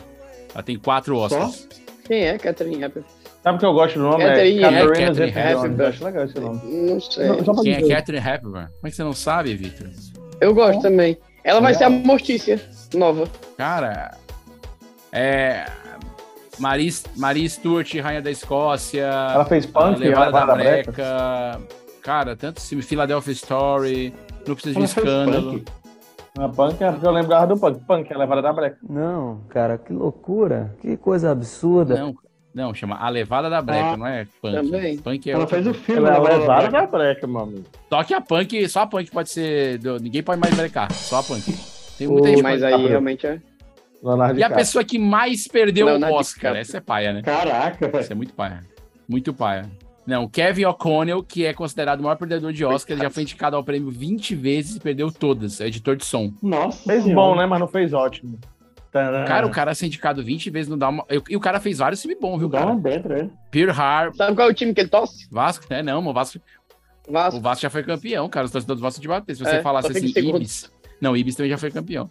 Ela tem 4 Oscars.
mais? Quem é Catherine Hepburn?
Sabe o que eu gosto do nome?
Catherine
é Catherine
Hepburn.
Zeta-Jones.
Hepburn.
Eu acho legal esse nome.
Não sei.
Não, só pra
Quem é
dizer.
Catherine Hepburn? Como é que você não sabe, Victor?
Eu gosto também. Ela vai
É.
ser a Mortícia nova.
Cara, é. Marie, Marie Stewart, Rainha da Escócia. Ela é
fez Punk,
Levada
Ela
da
Guarda Breca.
Breca. Cara, tanto filme. Philadelphia Story. Não precisa de um
Ela fez
escândalo.
Punk. A punk é porque eu lembrava do punk. Punk é levada da breca.
Não, cara, que loucura. Que coisa absurda.
Não, não, chama A Levada da Breca,
Ah,
não é Punk.
também.
Punk é
Ela
outra
fez o
coisa.
filme Ela é
né?
Levada
Levada da breca, meu amigo.
Só que a Punk, só a Punk pode ser. do- Ninguém pode mais brecar, só a Punk. Tem muita gente
Mas
que
aí
pode-
realmente é.
Leonardo
E a
DiCaprio.
pessoa que mais perdeu
Leonardo
o Oscar.
DiCaprio.
Essa é paia, né?
Caraca, velho.
Isso é muito paia. Muito paia. Não, Kevin O'Connell, que é considerado o maior perdedor de Oscar, ele já foi indicado ao prêmio 20 vezes e perdeu todas. É editor de som.
Nossa.
Fez
Senhora.
bom, né? Mas não fez ótimo. Tadã.
Cara, o cara ser indicado 20 vezes não dá uma. eu- E o cara fez vários filmes bons, viu, cara?
Não, dentro,
né?
é.
Pearl Harbor.
Sabe qual é o time que ele torce?
Vasco, né? Não, mas o Vasco.
Vasco.
O Vasco já foi campeão, cara. Os torcedores do Vasco de bater. Se você
É,
falasse
só fica
assim,
em segundo.
Ibis. Não, Ibis também já foi campeão.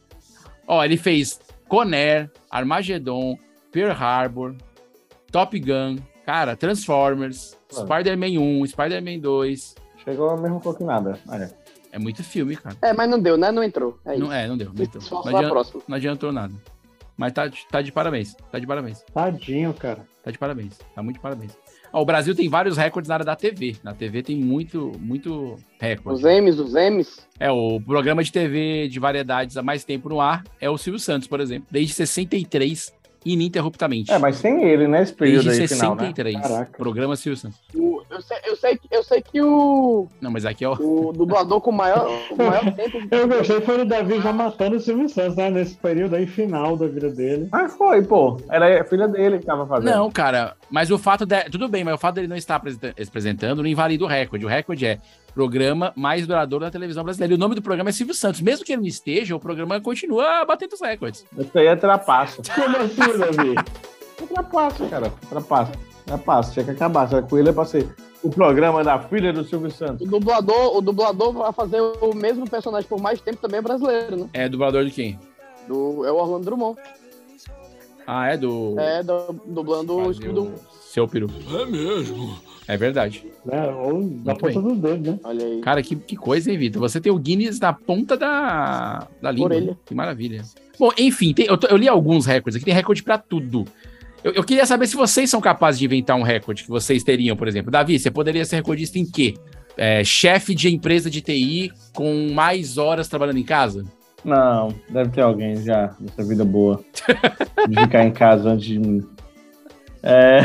Ó, ele fez Conair, Armageddon, Pearl Harbor, Top Gun, cara, Transformers,
Mano.
Spider-Man 1, Spider-Man 2.
Chegou ao mesmo um pouco que nada. Olha.
É muito filme, cara.
É, mas não deu, né? Não entrou. É,
Não,
isso.
é, não deu. Não, entrou.
Só
não,
pra
adianta-
próxima.
não adiantou nada. Mas tá, de- tá de parabéns. Tá de parabéns.
Tadinho, cara.
Tá de parabéns. Tá muito de parabéns. Ó, o Brasil tem vários recordes na área da TV. Na TV tem muito, muito recorde.
Os M's, os M's.
É, o programa de TV de variedades há mais tempo no ar é o Silvio Santos, por exemplo. Desde 63, ininterruptamente.
É, mas sem ele, né? Esse período
Desde
aí final, né?
63. Programa Silvio Santos.
O- eu, sei, eu, sei, que- eu sei que o,
Não, mas aqui é o.
o dublador com o maior, o [laughs] maior tempo.
Eu gostei, foi o Davi já matando o Silvio Santos, né? Nesse período aí final da vida dele.
Mas foi, pô. Era a filha dele que tava fazendo.
Não, cara, mas o fato de. Tudo bem, mas o fato dele não estar apresenta- apresentando não invalida o recorde. O recorde é programa mais duradouro da televisão brasileira. E o nome do programa é Silvio Santos. Mesmo que ele não esteja, o programa continua batendo os recordes.
Isso aí é [laughs] trapaça.
Como assim, Davi?
É trapaça, cara. Trapaça. Trapaça. Tinha que acabar. Tinha que com ele é pra ser o programa da filha do Silvio Santos.
O dublador, o dublador vai fazer o mesmo personagem por mais tempo também é brasileiro, né?
É dublador de quem?
Do, é o Orlando Drummond.
Ah, é do.
É, do, dublando o Scooby-Doo.
Seu peru. É mesmo. É verdade.
É, ou na
Muito
ponta
bem.
dos dedos, né?
Olha aí.
Cara, que, que coisa, hein, Vitor? Você tem o Guinness na ponta da, da língua.
Orelha.
Que maravilha. Bom, enfim, tem- eu, tô- eu li alguns recordes aqui, tem recorde pra tudo. Eu, eu queria saber se vocês são capazes de inventar um recorde que vocês teriam, por exemplo. Davi, você poderia ser recordista em quê? É, chefe de empresa de TI com mais horas trabalhando em casa?
Não, deve ter alguém já nessa vida boa de ficar em casa antes de mim. É.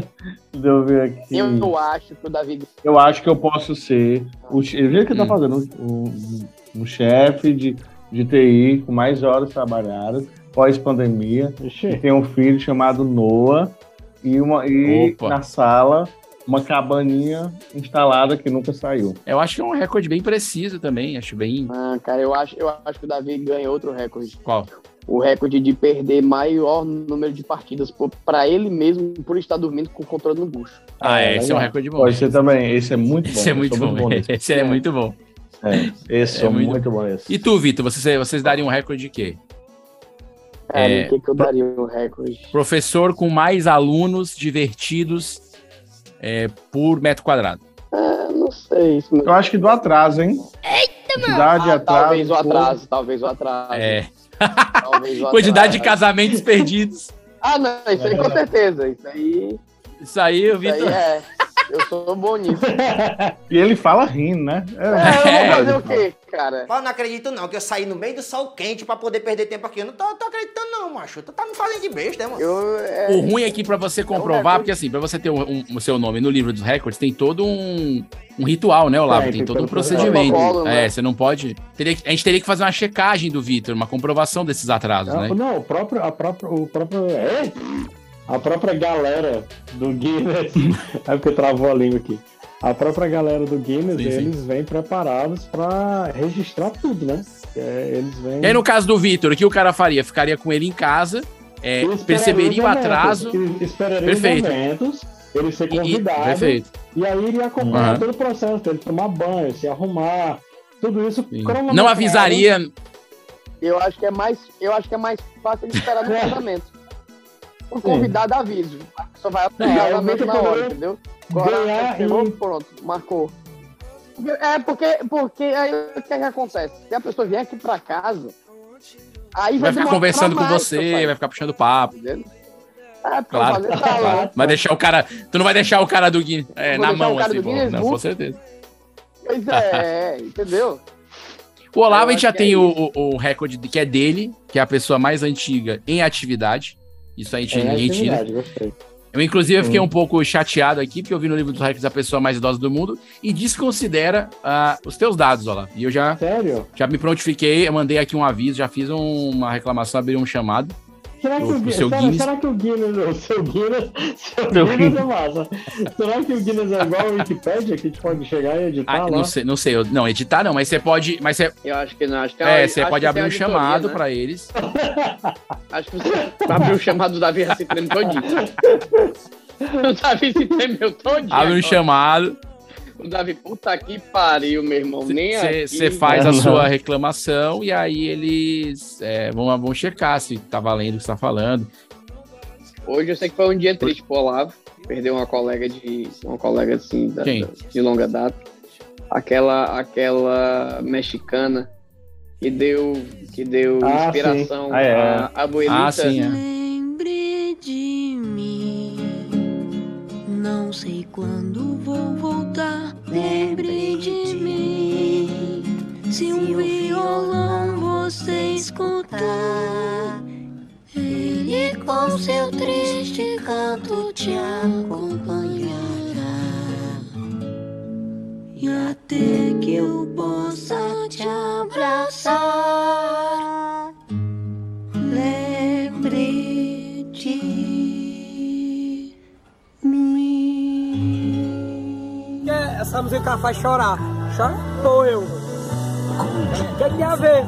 [laughs] Deixa eu ver aqui.
Eu não acho que o Davi
Eu acho que eu posso ser. O che- ele que
Hum.
tá fazendo um, um- um chefe de, de TI com mais horas trabalhadas, pós-pandemia. que Tem um filho chamado Noah e, uma, e
Opa.
na sala uma cabaninha instalada que nunca saiu.
Eu acho que é um recorde bem preciso também, acho bem...
Ah, cara, eu acho, eu acho que o Davi ganha outro recorde.
Qual?
O recorde de perder maior número de partidas por- pra ele mesmo por estar dormindo com o controle no bucho.
Ah, é, esse é um recorde bom.
Pode ser também. Esse é muito bom.
Esse é
eu
muito
sou
bom,
nesse.
esse é muito bom.
É, esse é muito, bom esse.
E tu, Vitor, vocês, vocês dariam um recorde de quê?
Cara,
É,
o que, que eu daria o recorde?
Professor com mais alunos divertidos é, por metro quadrado.
Ah, não sei. Isso
Eu acho que do atraso, hein?
Eita, Ah,
mano! Quantidade, atraso,
talvez o
fogo.
atraso, talvez o atraso.
É.
Talvez o
[laughs] Quantidade de
atraso.
casamentos perdidos.
Ah, não, isso aí com certeza. Isso aí.
Isso aí, o
Isso
Vitor.
aí é. Eu sou bom nisso.
[laughs]
E ele fala rindo, né?
É, eu vou fazer o quê, cara?
Mas eu não acredito não, que eu saí no meio do sol quente pra poder perder tempo aqui. Eu não tô, tô acreditando não, macho. Tu tá me fazendo de besta, né, mano?
O ruim é que pra você comprovar, porque assim, pra você ter o um, o seu nome no livro dos recordes, tem todo um, um ritual, né, Olavo?
É,
Tem
tem
todo um
todo
procedimento.
protocolo, né?
É, você não pode. teria que- a gente teria que fazer uma checagem do Vitor, uma comprovação desses atrasos,
É
Ah,
né?
Não, o próprio, a própria, o próprio, é, a própria galera do
[laughs]
Guinness, é porque travou a língua aqui. A própria galera do Guinness,
Sim, sim.
eles vêm preparados pra registrar tudo, né? É, eles vêm.
E aí, no caso do Vitor, o que o cara faria? Ficaria com ele em casa, é,
Eles
perceberia
esperariam
o
os
atraso.
eventos, eles Esperariam
Perfeito.
os eventos, ele ser
E- e-
convidado.
perfeito.
E aí ele ia acompanhar
Uhum.
todo o processo, dele tomar banho, se arrumar, tudo isso. cronometrado.
Não avisaria.
Eu acho que é mais, eu acho que é mais fácil
[laughs]
de esperar no
É.
casamento. O convidado avisa. Só vai pro
É, eu
casamento
nunca
na hora,
poderia
entendeu?
ganhar
Agora,
e-
chegou, pronto, marcou. É, porque, porque aí o que, é que acontece? Se a pessoa vier aqui pra casa, aí
Vai ficar
demorar
conversando com
mais,
você, vai ficar puxando papo.
Ah, pô,
Claro.
fazer salão.
Vai deixar o cara. Tu não vai deixar o cara do Guinness é,
Vou
na
deixar
mão,
o cara
assim,
do
pô.
Guinness
Não,
Book.
com certeza.
Pois é, entendeu?
O Olavo a
Eu
gente já
acho que
tem
é
o, o- o recorde que é dele, que é a pessoa mais antiga em atividade. Isso aí a gente,
É,
ninguém tira.
atividade, gostei.
Eu, inclusive, eu fiquei
Hum.
um pouco chateado aqui, porque eu vi no livro dos recordes a pessoa mais idosa do mundo e desconsidera ah, os teus dados, Olavo. E eu já,
Sério?
já me prontifiquei, eu mandei aqui um aviso, já fiz um- uma reclamação, abri um chamado.
Será que,
Pro-
o,
pro
Gui-
seu
será,
Guinness.
será que o Guinness, o seu Guinness, [laughs] seu
Meu
Guinness é massa? Será que o Guinness é igual o Wikipedia, que a gente pode chegar e editar
Ah,
lá?
não sei, não sei, eu- não, editar não, mas você pode. Mas você,
Eu acho que não, acho que
é,
acho
você
que
pode
tem
abrir um
auditoria,
chamado
né?
pra
[laughs]
eles.
Acho que você abriu o chamado do Davi se treme todinho. O Davi se tremeu todinho.
Abre um
agora.
chamado,
O Davi, puta que pariu, meu irmão. Nem aqui. né?
você faz a sua reclamação e aí eles é, vão, vão checar se tá valendo o que você tá falando.
Hoje eu sei que foi um dia triste pro Olavo. Perdeu uma colega de. Uma colega assim, da-
Quem?
da- de longa data. Aquela, aquela mexicana que deu, que deu
Ah, sim.
inspiração
Ah, é.
à à abuelita.
Ah, sim, é.
Não sei quando vou voltar. Lembre de mim. Se um violão você escutar, ele com seu triste canto te acompanhará. E até que eu possa te abraçar, lembre de
Essa música faz chorar. Chora tô eu. O que, que tem a ver?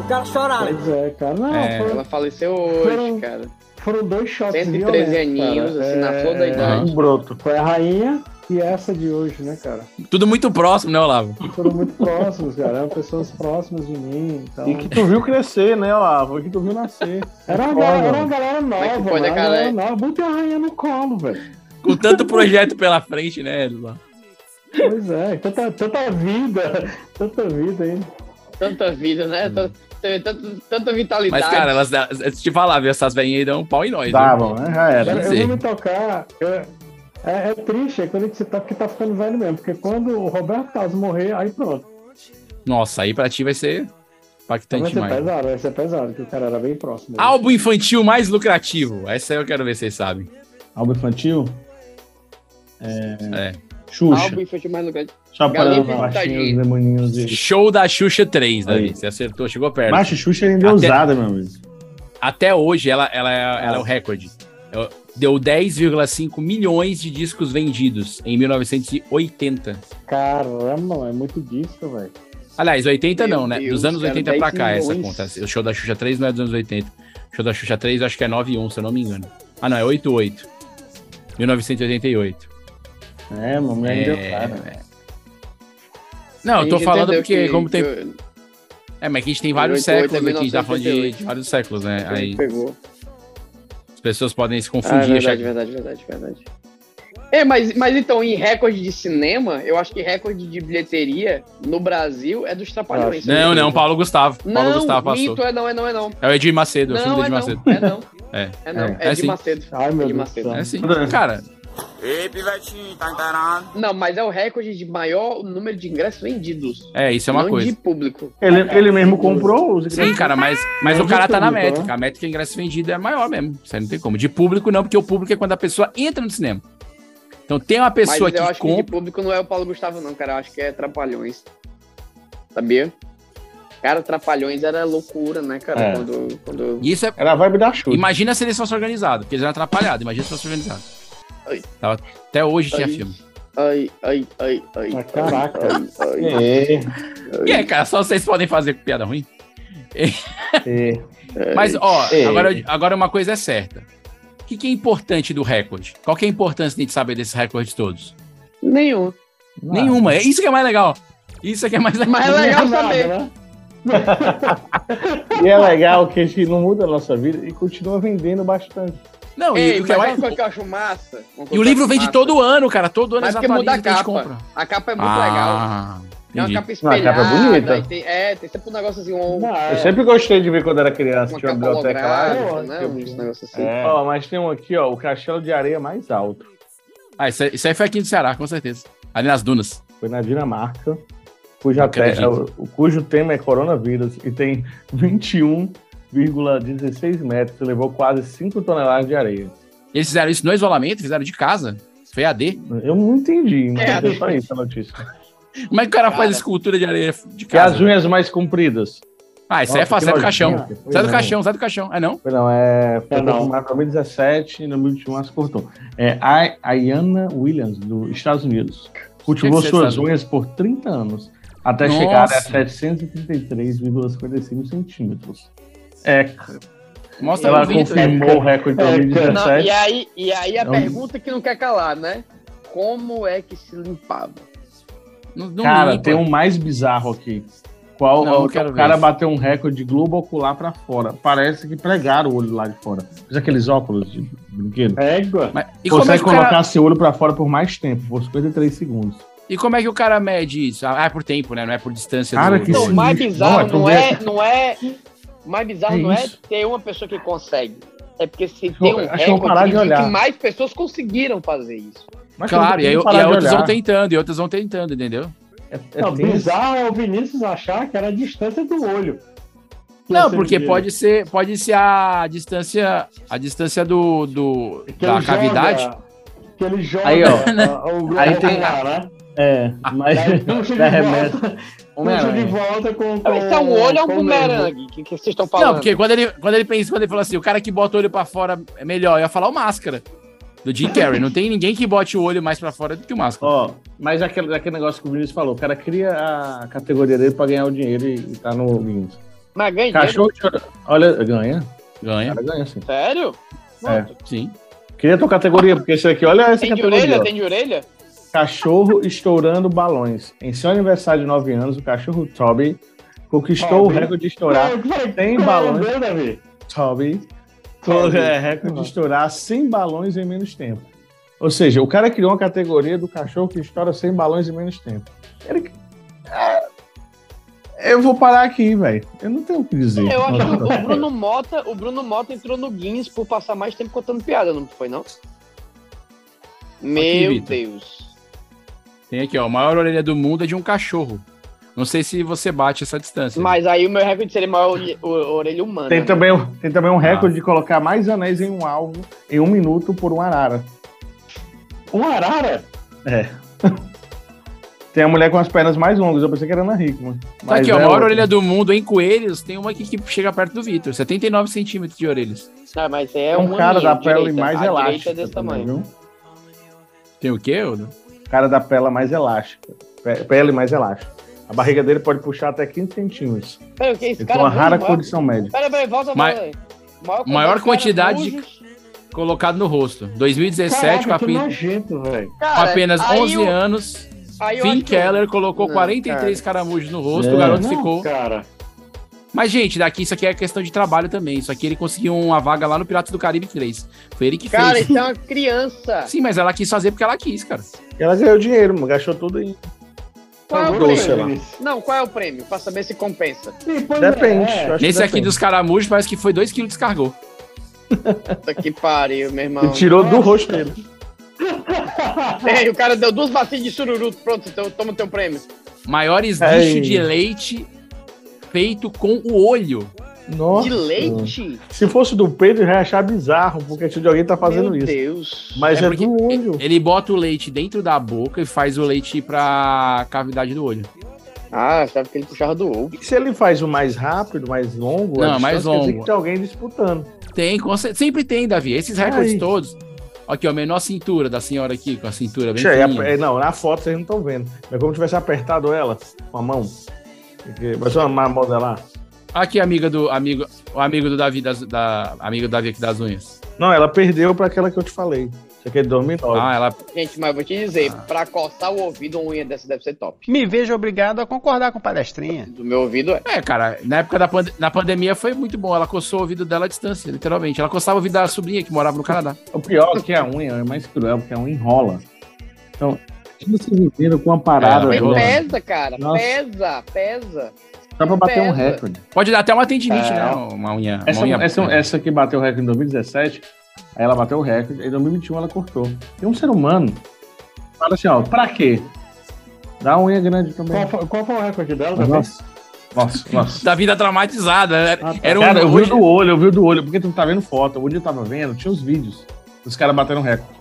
O cara chorar.
Pois é, cara. Não,
É,
foi-
Ela faleceu hoje,
foram-
cara.
Foram dois shots
113
né,
violentos,
aninhos,
cara.
assim, na flor da
É.
idade.
Um broto. Foi a rainha e essa de hoje, né, cara?
Tudo muito próximo, né, Olavo?
Foram muito próximos, cara. Eram pessoas próximas de mim. Então...
E que tu viu crescer, né, Olavo? Que tu viu nascer.
Era uma,
Foda.
galera, era uma galera nova,
Como é que
mano,
foi, né,
uma
cara?
galera nova. Botei a rainha no colo, velho.
Com tanto projeto pela frente, né, Eduardo?
Pois é, tanta, tanta vida, [laughs] tanta vida ainda.
Tanta vida, né? Tanta, teve tanta- tanta vitalidade.
Hum. Mas, cara, elas, elas, elas te falar, viu? Essas velhinhas aí dão um pau em nós.
Davam, né? Já era.
Quer
Cara, eu
dizer,
vou me tocar. eu- É, é triste, é quando a gente se toca que tá ficando velho mesmo. Porque quando o Roberto Carlos morrer, aí pronto.
Nossa, aí pra ti vai ser. Impactante
Vai ser
demais.
pesado, vai ser pesado, porque o cara era bem próximo.
Álbum infantil mais lucrativo. Essa eu quero ver se vocês sabem.
Álbum infantil?
É.
Álbum infantil mais lugar.
Chaparão,
Galinha
baixinho,
Pintadinha.
os demoninhos dele.
Show da Xuxa 3, Davi. Você acertou, chegou perto.
Macho, Xuxa ainda é
Até-
usada, meu amigo.
Até hoje ela, ela, é- ela é o recorde. Deu 10,5 milhões de discos vendidos em 1980.
Caramba, é muito disco, velho.
Aliás, 80 não, né?
Deus,
dos anos
cara,
80 pra
10
cá essa
milhões.
conta. O show da Xuxa 3 não é dos anos 80. O show da Xuxa 3 eu acho que é 91, se eu não me engano. Ah, não, é 88. 1988.
É, mamãe
É,
ainda é usada.
Não, eu tô
Gente,
falando
entendeu
porque
que-
como tem...
que-
É, mas que a gente tem vários
88 é
séculos aqui, a gente tá falando de,
1988.
de vários séculos, né?
Ah,
que
Aí
pegou.
as pessoas podem se
Ah, é
confundir. achar
verdade,
que-
verdade, verdade, verdade. É, mas, mas então, em recorde de cinema, eu acho que recorde de bilheteria no Brasil é dos Trapalhões.
Não, não, Paulo Gustavo. Paulo
não,
Gustavo passou.
mito, é não, é não, é não.
É o Edir Macedo, é o filme do
Não, é
Edir Macedo.
não, é não.
É,
É não, é, de
sim.
Macedo.
Ai, meu
de
Deus do
Macedo.
céu.
É sim. Cara,
Ei, pivetinho, tá encarado? Não, mas é o recorde de maior número de ingressos vendidos.
é, isso é uma
não
coisa.
de público.
Ele, ele mesmo comprou os
Sim, cara, mas,
ah,
mas
Não
o cara
de
tá na
público,
métrica. A métrica de ingresso vendido é maior mesmo. Isso aí não tem como. De público não, porque o público é quando a pessoa entra no cinema. Então tem uma pessoa
mas eu
que
acho que
compra.
de público não é o Paulo Gustavo, não, cara. Eu acho que é Trapalhões. Sabia? Cara, Trapalhões era loucura, né, cara?
É.
Quando, quando...
E Isso é...
Era a vibe da Xuxa.
Imagina se eles fossem organizados, porque eles eram atrapalhados. Imagina se fosse organizado.
Ai.
Tava- Até hoje tinha
Ai.
filme.
Ai, ai, ai, ai. ai,
Ah, caraca.
ai, ai.
É.
E aí, cara, só vocês podem fazer com piada ruim? Mas, ó,
É.
agora, agora uma coisa é certa. O que, que é importante do recorde? Qual que é a importância de a gente saber desses recordes todos?
Nenhum.
Nenhuma. É isso que é mais legal. Isso é que é mais legal.
Mas é legal
Nada,
saber.
né?
[laughs] E é legal que a gente não muda a nossa vida e continua vendendo bastante.
Não,
Ei,
e o
mas
que é
sabe
mais...
uma coisa que eu acho massa. Uma coisa
E o
que eu
livro
acho
vende
massa.
todo ano, cara. Todo ano
Mas
eles
porque muda a
atualizam que a gente
capa.
compra. Ah,
A capa é muito legal. É uma capa
Não, a
espelhada.
capa é bonita.
aí tem- é, tem sempre um negócio assim, um...
Eu sempre gostei de ver quando era criança,
Uma
tinha uma
capa
biblioteca lá.
holográfica, né?
um
Uns negócios assim.
É. Ó, mas tem um aqui, ó, o castelo de areia mais alto.
Ah, isso, aí- isso aí foi aqui no Ceará, com certeza. Ali nas dunas.
Foi na Dinamarca, cuja
Não acredito.
te- o- cujo tema é coronavírus e tem [laughs] 21,16 metros e levou quase 5 toneladas de areia.
Eles fizeram isso no isolamento, fizeram de casa. Foi AD.
Eu não entendi, mas
É,
é só isso a notícia.
Como é que o cara, faz escultura de areia de
E as
casa?
unhas mais compridas?
Ah, isso aí é
Nossa,
fácil,
que
sai do caixão.
nojento. Foi
Sai do
não.
caixão, sai do caixão. É não?
Foi não, é. Foi
É, não.
confirmado em 2017 e em 2021 as cortou. É a a Iana Williams, dos Estados Unidos, cultivou
Deve ser
suas
Estados
unhas por 30 anos, até
Nossa.
chegar a 733,55 centímetros. É.
Mostra
Ela
aí o Vitor.
confirmou o recorde de
É,
Não,
2017.
e, aí, e aí a
É um-
pergunta que não quer calar, né? Como é que se limpava?
Não,
Cara, tem um mais bizarro aqui. Qual
Não, não
o
quero ver
cara
isso.
bateu um recorde de globo ocular pra fora? Parece que pregaram o olho lá de fora. Mas aqueles óculos de brinquedo.
Égua.
Mas- e como é
Consegue
que o cara-
colocar seu olho pra fora por mais tempo, por 53 segundos.
E como é que o cara mede isso? Ah, é por tempo, né? Não é por distância
Cara,
do...
que
do-
O mais
Sim,
bizarro
não,
não
é
é, não é. O mais bizarro
É
não é
isso.
ter uma pessoa que consegue. É porque se tem um
acho que eu vou parar
recorde
de
de
olhar.
que mais pessoas conseguiram fazer isso.
Claro, e aí,
eu
e
não tenho que
é aí
parar de
outros vão
olhar.
tentando, e outros vão tentando, entendeu?
É
Não,
tenso.
bizarro é o Vinícius achar que era a distância do olho. assim,
Não, porque pode ser, pode ser a distância, a distância do, do
É Que um
da
ele joga-
cavidade.
que ele joga
Aí,
a-
ó.
a- [laughs] o
Aí
globo
tem-
lá, né?
É, mas.
Daí
[laughs]
puxa um de
é remédio.
volta. Puxa de
Homem-Aranha.
volta com.
Não, isso é um
com-
olho ou um
com o
bumerangue? O que, que vocês estão falando?
Não, porque quando ele, quando ele pensa, quando ele falou assim, o cara que bota o olho pra fora é melhor, eu ia falar o máscara do Jim Carrey. Não tem ninguém que bote o olho mais pra fora do que o máscara.
Ó, mas aquele, aquele negócio que o Vinícius falou, o cara cria a categoria dele pra ganhar o dinheiro e, e tá no Guinness.
Mas ganha
Cachorro chora. Olha, ganha.
Ganha.
O cara ganha, sim.
Sério?
É.
Sim.
Queria a tua categoria, porque esse aqui, olha essa
Tem de
categoria.
orelha?
ó.
Tem de orelha?
Cachorro estourando balões. Em seu aniversário de 9 anos, o cachorro Toby conquistou o
Toby?
recorde de estourar
Não, peraí,
100
qual é o
balões.
nome dele, Davi?
Toby. Toby. né? É, recorde de estourar 100 balões em menos tempo. Ou seja, o cara criou uma categoria do cachorro que estoura 100 balões em menos tempo. Ele- É, Eu vou parar aqui, velho. Eu não tenho o que dizer.
Eu acho que
[laughs]
o Bruno Mota, o Bruno Mota entrou no Guinness por passar mais tempo contando piada, não foi não? Meu
Vitor.
Deus.
Tem aqui, ó, a maior orelha do mundo é de um cachorro. Não sei se você bate essa distância.
Mas aí o meu recorde seria maior orelha- o- orelha humana.
Tem
né?
também, o- tem também um recorde de colocar mais anéis em um alvo em um minuto por um arara.
Um arara?
É. [laughs] tem a mulher com as pernas mais longas, eu pensei que era Ana Hickman.
Tá
Mas
aqui, ó, a
é
maior
outra.
orelha do mundo em coelhos, tem uma aqui que chega perto do Vitor, 79 centímetros de orelhas.
Ah, mas é
É um
uma
cara
minha,
da pele
direita.
mais
A direita
elástica. tá
é desse
também,
tamanho.
viu?
Tem o quê, Odo?
Cara da pele mais elástica. Pe- Pele mais elástica. A barriga dele pode puxar até 15 centímetros.
Peraí, o que é isso?
Ele
cara
tem uma
é
rara
ruim, maior-
condição média.
Peraí, peraí, volta,
Mas-
volta aí.
Maior quantidade
de
de colocado no rosto. 2017,
Caraca,
com
que
apenas,
nojento, velho.
com apenas
Cara, aí
11
eu-
anos,
aí eu
Finn
acho que eu-
Keller colocou
Não,
43
cara.
caramujos no rosto, o
É.
garoto
Não,
ficou...
Cara.
Mas, gente, daqui isso aqui é questão de trabalho também. Isso aqui ele conseguiu uma vaga lá no Piratas do Caribe 3. Foi ele que
Cara,
fez.
isso é uma criança.
Sim, mas ela quis fazer porque ela quis, cara.
Ela ganhou dinheiro, mano, gastou tudo em.
Qual é o
Doce, sei lá.
prêmio? Não, qual é o prêmio? Pra saber se compensa.
Depende.
é.
eu acho que
Nesse aqui
depende.
dos caramujos, parece que foi 2kg descargou.
Puta que pariu, meu irmão.
Ele tirou do rosto dele.
Ei, o cara deu duas vacinas de chururuto. Pronto, então toma teu prêmio.
Maiores
Ai.
lixo de leite feito com o olho.
Nossa.
De leite?
Se fosse do peito, eu já ia achar bizarro, porque de alguém tá fazendo
Meu
isso.
Deus.
Mas é,
porque
do olho.
Ele bota o leite dentro da boca e faz o leite ir pra cavidade do olho.
Ah, sabe que ele puxava do ovo.
Se ele faz o mais rápido, mais longo,
Não,
a
mais
distância quer dizer
longo. Tá
que tem alguém disputando.
Tem, com cer- sempre tem, Davi. Esses recordes
Ai.
todos. Aqui, ó, menor cintura da senhora aqui, com a cintura bem
Deixa eu-
fininha.
é, não, na foto vocês não estão vendo. É como se tivesse apertado ela com a mão. Porque- Vai ser uma má modelar.
Aqui, amiga do amigo, o amigo do Davi, das, da amiga do Davi aqui das unhas.
Não, ela perdeu para aquela que eu te falei. Isso aqui é de 2009.
Ah, ela.
Gente, mas vou te dizer,
Ah.
pra coçar o ouvido, uma unha dessa deve ser top.
Me vejo obrigado a concordar com o palestrinha.
Do meu ouvido é.
É, cara, na época da pande- na pandemia foi muito bom. Ela coçou o ouvido dela à distância, literalmente. Ela coçava o ouvido da sobrinha que morava no Canadá.
O pior é que a unha é mais cruel, porque a unha enrola. Então, imagina vocês vivendo com uma parada.
Mas
dessa.
pesa, cara.
Nossa.
Pesa, pesa.
Dá pra bater um
Pesa.
recorde.
Pode dar até uma tendinite,
É.
né? Uma unha. uma
Essa,
unha-
essa, essa que bateu o recorde em 2017, aí ela bateu o recorde, aí em 2021 ela cortou. E um ser humano fala assim, ó, pra quê? Dá uma unha grande também.
Qual, foi- qual foi o recorde dela?
Mas,
Davi?
nossa, nossa, nossa.
Da vida traumatizada.
Ah,
Era, era um.
Cara, eu vi
hoje-
do olho, eu vi do olho, porque tu não tá vendo foto. Onde eu tava vendo, tinha os vídeos dos caras batendo recorde.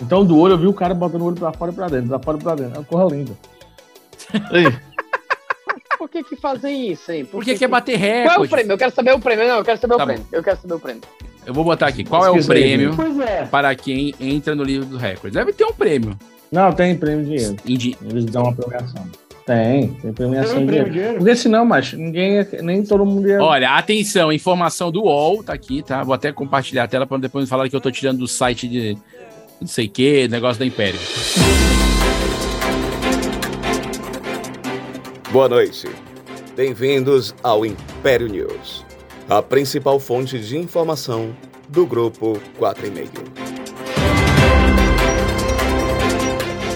Então do olho eu vi o cara botando o olho pra fora e pra dentro, pra fora e pra dentro. É uma corra linda.
Por que que fazem isso, hein?
Por que que é bater recorde?
Qual é o prêmio? Eu quero saber o prêmio. Não, eu quero saber
Tá
o prêmio. Eu quero saber o prêmio.
Eu vou botar aqui. Qual é o
Pesquisa aí,
prêmio
gente.
é,
para quem entra no livro dos recordes? Deve ter um prêmio.
Não, tem prêmio de dinheiro.
Indi-
Eles dão uma premiação. Tem, tem premiação de
Tem prêmio
dinheiro.
de dinheiro?
Porque senão, macho, ninguém ia- nem todo mundo ia.
Olha, atenção, informação do UOL tá aqui, tá? Vou até compartilhar a tela para depois não falar que eu tô tirando do site de não sei o que, negócio da Império.
Boa noite. Bem-vindos ao Império News, a principal fonte de informação do grupo 4 e meio.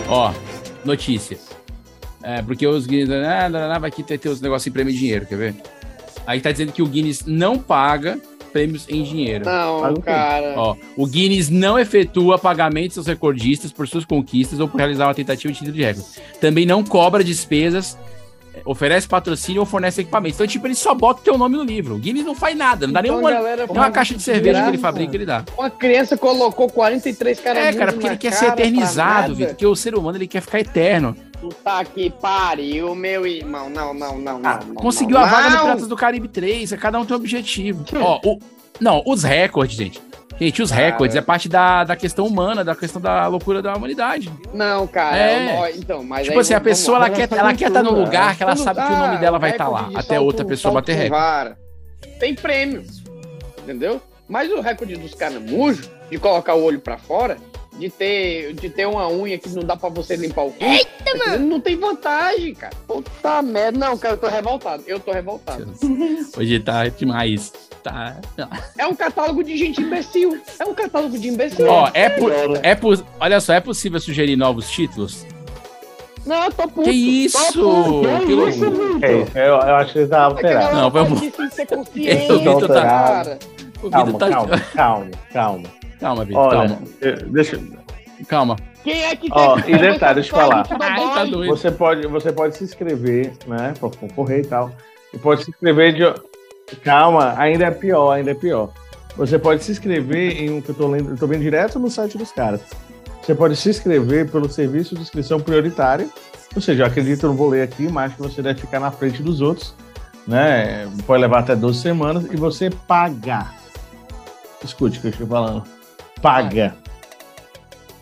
Ó, notícia. É, porque os Guinness. Ah, não, não, não, vai aqui ter, ter os negócios em prêmio em dinheiro, quer ver? Aí tá dizendo que o Guinness não paga prêmios em dinheiro.
Não,
Paga o quê?
cara.
Ó, o Guinness não efetua pagamentos aos recordistas por suas conquistas ou por realizar uma tentativa de título de recorde. Também não cobra despesas, eh, oferece patrocínio ou fornece equipamentos. Então, tipo, ele só bota o teu nome no livro. O Guinness não faz nada, não dá
Então,
nenhuma,
galera,
nem uma caixa de cerveja que ele
graça.
fabrica, ele dá.
Uma criança colocou 43 caras
É, cara, porque ele quer ser eternizado, Vitor, porque o ser humano ele quer ficar eterno.
Tá que pariu, meu irmão. Não, não, não, não. não,
Ah, Conseguiu
não.
a vaga no
Não!
Piratas do Caribe 3, é cada um tem um objetivo. Ó, o- não, os recordes, gente. Gente, os recordes é parte da, da questão humana, da questão da loucura da humanidade.
Não, cara.
É.
ó, Então, mas
tipo
aí
assim, a
vamos-
pessoa ela
vamos-
quer,
vamos
ela
fazer
quer estar num
tudo,
lugar que ela
Quando-
sabe que o nome
ah,
dela vai estar lá,
recorde de
até
salto-
outra pessoa
salto
bater
com
recorde.
vara. Tem prêmio, entendeu? Mas o recorde dos caramujos, de colocar o olho pra fora, de ter, de ter uma unha que não dá pra você limpar o cu. Eita, mano! Não tem vantagem, cara. Puta merda. Não, cara, eu tô revoltado. Eu tô revoltado.
Hoje tá demais. Tá.
É um catálogo de gente imbecil. É um catálogo de imbecil.
Ó, é, po- é po- olha só, é possível sugerir novos títulos?
Não, eu tô puto.
Que isso?
Tô puto.
Que loucura.
É, eu, eu acho que eles estavam
Cara, é
alterados.
É Não,
faz
vamos-
isso sem
[laughs]
ser
Esse é o
consciente,
Vitor tá-
cara.
O
Calma,
Vitor tá-
calma, calma, calma.
[laughs] Calma, Vitor,
Olha,
calma.
eu- deixa.
Calma.
Quem é que
Ó,
quer que
e detalhe, deixa eu falar.
Ai, tá doido.
Você pode, você pode se inscrever, né? Pra concorrer e tal. E pode se inscrever de. Calma, ainda é pior, ainda é pior. Você pode se inscrever em um que eu tô lendo, eu tô vendo direto no site dos caras. Você pode se inscrever pelo serviço de inscrição prioritária. Ou seja, eu acredito, eu não vou ler aqui, mas que você deve ficar na frente dos outros, né? Pode levar até 12 semanas e você paga. Escute o que eu estou falando. Paga.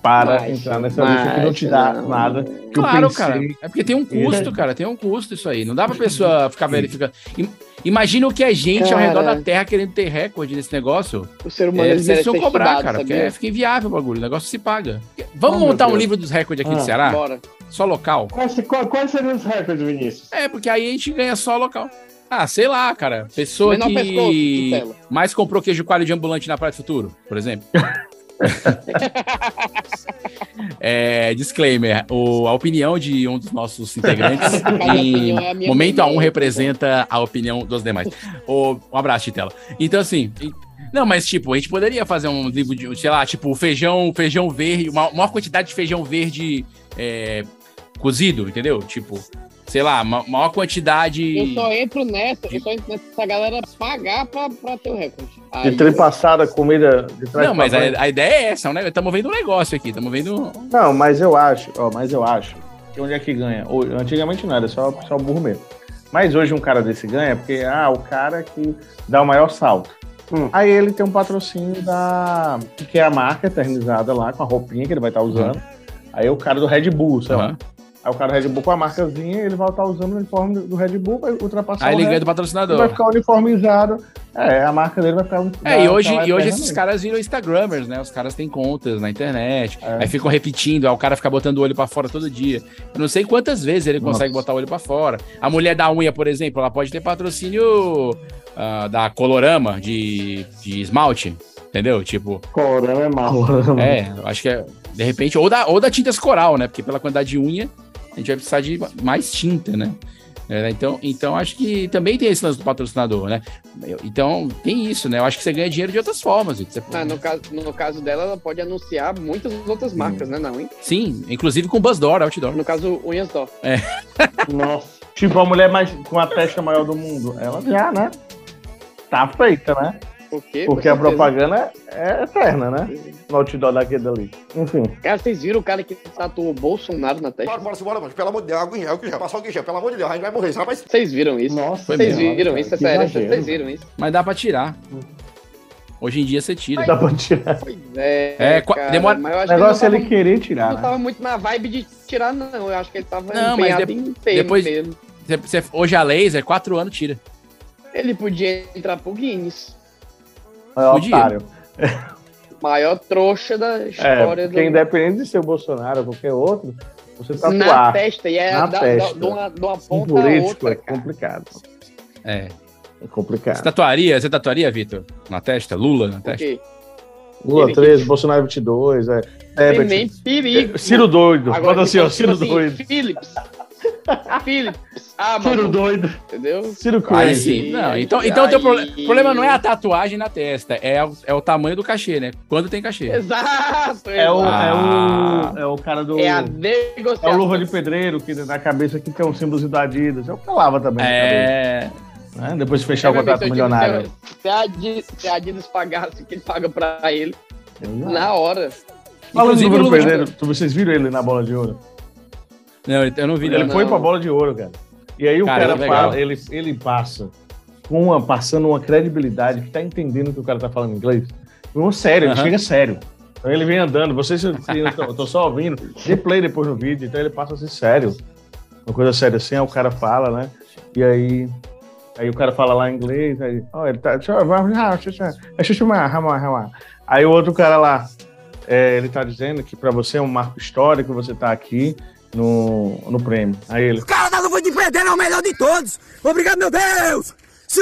Para
Mas,
entrar nessa lista que não te dá
não.
nada. Que
Claro,
eu pensei.
cara. É porque tem um custo, cara. Tem um custo isso aí. Não dá pra pessoa ficar verificando. Im- Imagina o que é gente ao
Cara.
redor da Terra querendo ter recorde nesse negócio.
O ser
É,
humano
eles
merece
precisam
ser
cobrar,
estudado,
cara,
sabia?
porque é fica inviável o bagulho, o negócio se paga. Vamos
Oh, meu
montar um
Deus.
livro dos recordes aqui
Ah,
do Ceará?
bora.
Só local?
Quais, qual- quais seriam os recordes, Vinícius?
É, porque aí a gente ganha só local. Ah, sei lá, cara. Pessoa
Menor pescoço de
que
tela.
mais comprou queijo coalho de ambulante na Praia do Futuro, por exemplo. [laughs] É, disclaimer: o- a opinião de um dos nossos integrantes
Cada
em
opinião é a minha
momento a um
opinião.
representa a opinião dos demais. Ô, um abraço, Titela. Então, assim. e- Não, mas tipo, a gente poderia fazer um livro de, sei lá, tipo, feijão, feijão verde, uma maior quantidade de feijão verde é, cozido, entendeu? Tipo, sei lá, ma- maior quantidade.
Eu só entro nessa, eu só entro nessa se a galera pagar pra, pra ter o recorde. Aí-
De trepassada, comida de trás
Não, mas a,
pra frente.
a ideia é essa, né? Estamos vendo um negócio aqui, estamos vendo.
Não, mas eu acho, ó, mas eu acho que onde é que ganha? Ou- Antigamente não, era só, só burro mesmo. Mas hoje um cara desse ganha porque, ah, o cara que dá o maior salto. Aí ele tem um patrocínio da. que é a marca eternizada lá, com a roupinha que ele vai estar usando. Aí o cara do Red Bull, sei lá. Aí o cara do Red Bull com a marcazinha, ele vai estar usando o uniforme do Red Bull, vai ultrapassar
Aí
o
ele
Red
ganha do
e Vai
patrocinador.
ficar uniformizado. É, a marca dele vai ficar uniformizada.
É, e hoje,
tá lá
e hoje
eternamente.
esses caras viram Instagrammers, né? Os caras têm contas na internet,
É.
aí ficam repetindo, aí o cara fica botando o olho pra fora todo dia. Eu não sei quantas vezes ele consegue botar o olho pra fora. A mulher da unha, por exemplo, ela pode ter patrocínio ah, da Colorama de, de esmalte, entendeu? Tipo,
Corama é mal.
é, eu acho que é, de repente, ou da, ou da tintas coral, né? Porque pela quantidade de unha, a gente vai precisar de mais tinta, né? É, então, então, acho que também tem esse lance do patrocinador, né? Eu- Então, tem isso, né? Eu acho que você ganha dinheiro de outras formas. Vitor. Você-
Ah, no, caso, no caso dela, ela pode anunciar muitas outras
Hum.
marcas, né, não, hein?
Sim, inclusive com Buzzdoor, Outdoor.
No caso, unhas dó.
É.
Nossa. Tipo, a mulher mais, com a testa maior do mundo. Ela já, né? Tá feita, né?
Por quê?
Porque
Com
a
certeza.
propaganda é eterna, né? No outdoor daquele ali. Enfim.
Cara, vocês viram o cara que tatuou Bolsonaro na testa?
Bora, bora, bora, mano. Pelo amor de Deus, aguinha, aguinha. Passar o guichão, pelo amor de Deus, a gente vai morrer, rapaz.
Vocês viram isso?
Nossa,
Vocês
mesmo,
viram
cara,
isso? É
que
sério,
exagero,
vocês viram isso?
Mas dá pra tirar. Hoje em dia você tira.
Dá pra
tirar.
É, qua- demora-
mas eu acho
O negócio
que
é ele
tava-
querer tirar,
Não
né?
tava muito na vibe de tirar, não. Eu acho que ele tava
Não, mas
empenhado
de-
em ter
depois.
mesmo.
você- você- hoje a laser, quatro anos tira.
Ele podia entrar pro Guinness.
Maior
Podia.
É, otário.
Maior trouxa da
É,
história
porque
do...
independente de ser o Bolsonaro ou qualquer outro, você tá tatuar.
Na testa, e é
na
da- da-
testa.
de uma- de uma
Um
ponta a
político
outra,
é complicado.
É.
É complicado.
Você tá tatuaria, você tatuaria, Vitor? Na testa? Lula na testa?
quê?
Lula 13, Bolsonaro 22, é. é
Tem nem perigo. né?
Ciro doido.
Agora,
Manda assim, ó,
então,
Ciro
tipo assim,
doido.
Philips. [laughs] Philips. Ah, mano.
Ciro
doido.
Entendeu?
Ciro
Aí sim. Não, então, então o teu proble-
Aí.
problema não é a tatuagem na testa, é o, é o tamanho do cachê, né? Quando tem cachê.
Exato.
É o,
Ah.
é o, é o cara do.
É a
É o
negociação.
luva de pedreiro que na cabeça aqui tem um símbolo do Adidas. Eu calava também. na
É.
cabeça, Né? Depois de fechar o contrato
Meu amigo,
milionário.
Se a Adidas, se a Adidas pagasse o que ele paga pra ele, na hora.
Falando do
Inclusive,
Lula
Lula-
pedreiro, tu- vocês viram ele na bola de ouro?
Não, eu não vi.
Ele
não.
foi pra bola de ouro, cara. E aí o
Cara,
cara,
legal.
fala, ele, ele passa com uma, passando uma credibilidade que tá entendendo que o cara tá falando inglês. Não, sério, ele
Aham.
chega sério. Então ele vem andando, vocês se- se- eu tô- eu tô só ouvindo, replay depois no vídeo, então ele passa assim sério. Uma coisa séria assim, aí o cara fala, né? E aí. Aí o cara fala lá em inglês, aí, ó, ele tá. deixa eu- vai- ah, deixa eu- deixa eu te amar, amar, amar. Aí o outro cara lá, é, ele tá dizendo que pra você é um marco histórico, você tá aqui no, no prêmio. Aí ele.
cara da luva de pedreiro é o melhor de todos. Obrigado, meu Deus! Sim!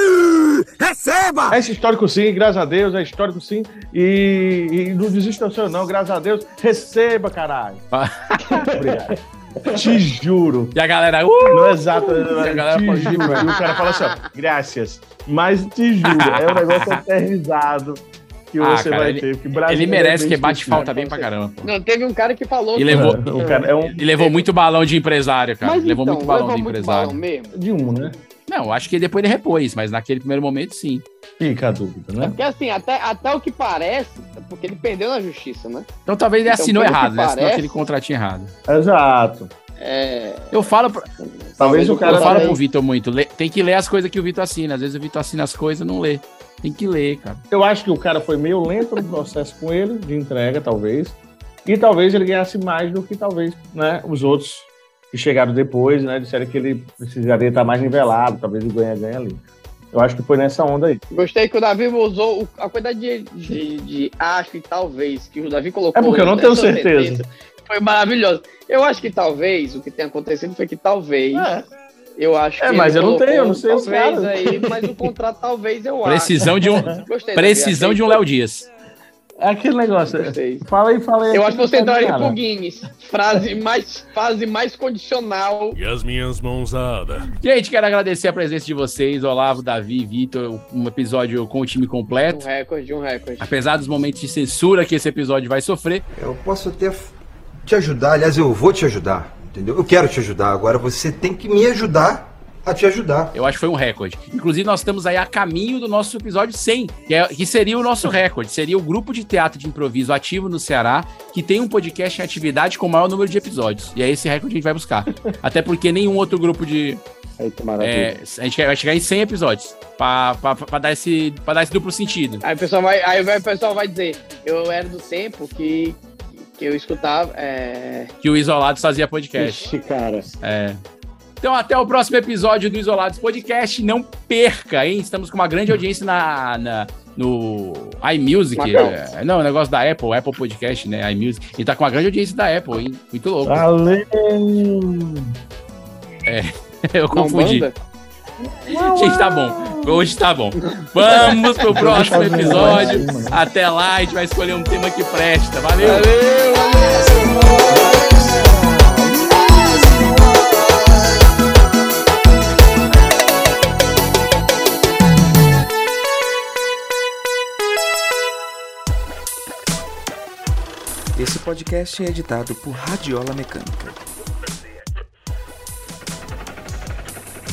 Receba!
É esse histórico sim, graças a Deus, é histórico sim. E, e não desista do seu não, graças a Deus. Receba, caralho.
Ah.
Obrigado. Te juro.
E a galera. uh,
não é exato.
E a galera
te
pode-
juro. assim, E o cara fala assim, ó, graças. Mas te juro, é um negócio eternizado. que você
Ah, cara,
vai
ele-
ter. porque
Ele
um
brasileiro é
merece
bem
que bate
específico.
falta bem pra caramba. pô.
Não, teve um cara que falou.
E
que-
levou,
o cara é um-
e levou muito balão de empresário, cara.
Mas
levou
então,
muito balão
levou
de
muito
empresário.
balão mesmo.
De um, né?
Não, acho que depois ele repôs, mas naquele primeiro momento, sim.
Fica a dúvida, né?
Porque assim, até, até o que parece, é porque ele perdeu na justiça, né?
Então talvez ele
Então,
assinou
pelo que
errado, né? Assinou
parece-
aquele contratinho errado.
Exato.
É,
Eu falo, pra-
Talvez o cara
eu falo
tá
também-
pro Vitor muito. lê- Tem que ler as coisas que o Vitor assina. Às vezes o Vitor assina as coisas e não lê. Tem que ler, cara.
Eu acho que o cara foi meio lento no processo com ele, de entrega, talvez. E talvez ele ganhasse mais do que talvez né, os outros que chegaram depois, né? Disseram que ele precisaria estar mais nivelado, talvez ele ganha, ganha ali. Eu acho que foi nessa onda aí.
Gostei que o Davi usou o- a quantidade de, de, de acho e talvez que o Davi colocou.
É porque eu não
nessa
tenho certeza.
sentença Foi maravilhoso. Eu acho que talvez, o que tem acontecido foi que talvez. Eu acho
É,
que.
mas
ele
eu não tenho, eu não sei os
colocou um talvez
caras.
aí, mas o contrato talvez eu acho.
Precisão
[laughs]
de um.
Gostei, Davi,
Precisão
achei-
de um Léo Dias.
É aquele negócio. [laughs] Fala aí, fala aí.
Eu acho que você tá entraria
Cara.
pro Guinness. Frase mais, frase mais condicional.
E as minhas mãozadas.
Gente, quero agradecer a presença de vocês, Olavo, Davi, Vitor. Um episódio com o time
Um
completo.
recorde, um recorde.
Apesar dos momentos de censura que esse episódio vai sofrer.
Eu posso até f- te ajudar, aliás, eu vou te ajudar, entendeu? Eu quero te ajudar, agora você tem que me ajudar a te ajudar.
Eu acho que foi um recorde. Inclusive, nós estamos aí a caminho do nosso episódio 100, que, é- que seria o nosso recorde. Seria o grupo de teatro de improviso ativo no Ceará, que tem um podcast em atividade com o maior número de episódios. E é esse recorde que a gente vai buscar. Até porque nenhum outro grupo de. É, a gente vai chegar em 100 episódios pra, pra, pra, dar, esse, pra dar esse duplo sentido.
Aí o pessoal vai, aí vai- o pessoal vai dizer, eu era do tempo que, que eu escutava. É...
Que o Isolados fazia podcast.
Ixi, cara.
É. Então, até o próximo episódio do Isolados Podcast. Não perca, hein? Estamos com uma grande audiência na, na- no iMusic.
Macaus.
É, não, o negócio da Apple, Apple Podcast, né? iMusic. E tá com uma grande audiência da Apple, hein? Muito louco.
Valeu!
É, [laughs] eu confundi.
Umbanda?
Gente, tá bom. Hoje tá bom. Vamos pro próximo episódio. Até lá, a gente vai escolher um tema que presta. Valeu.
Esse podcast é editado por Radiola Mecânica.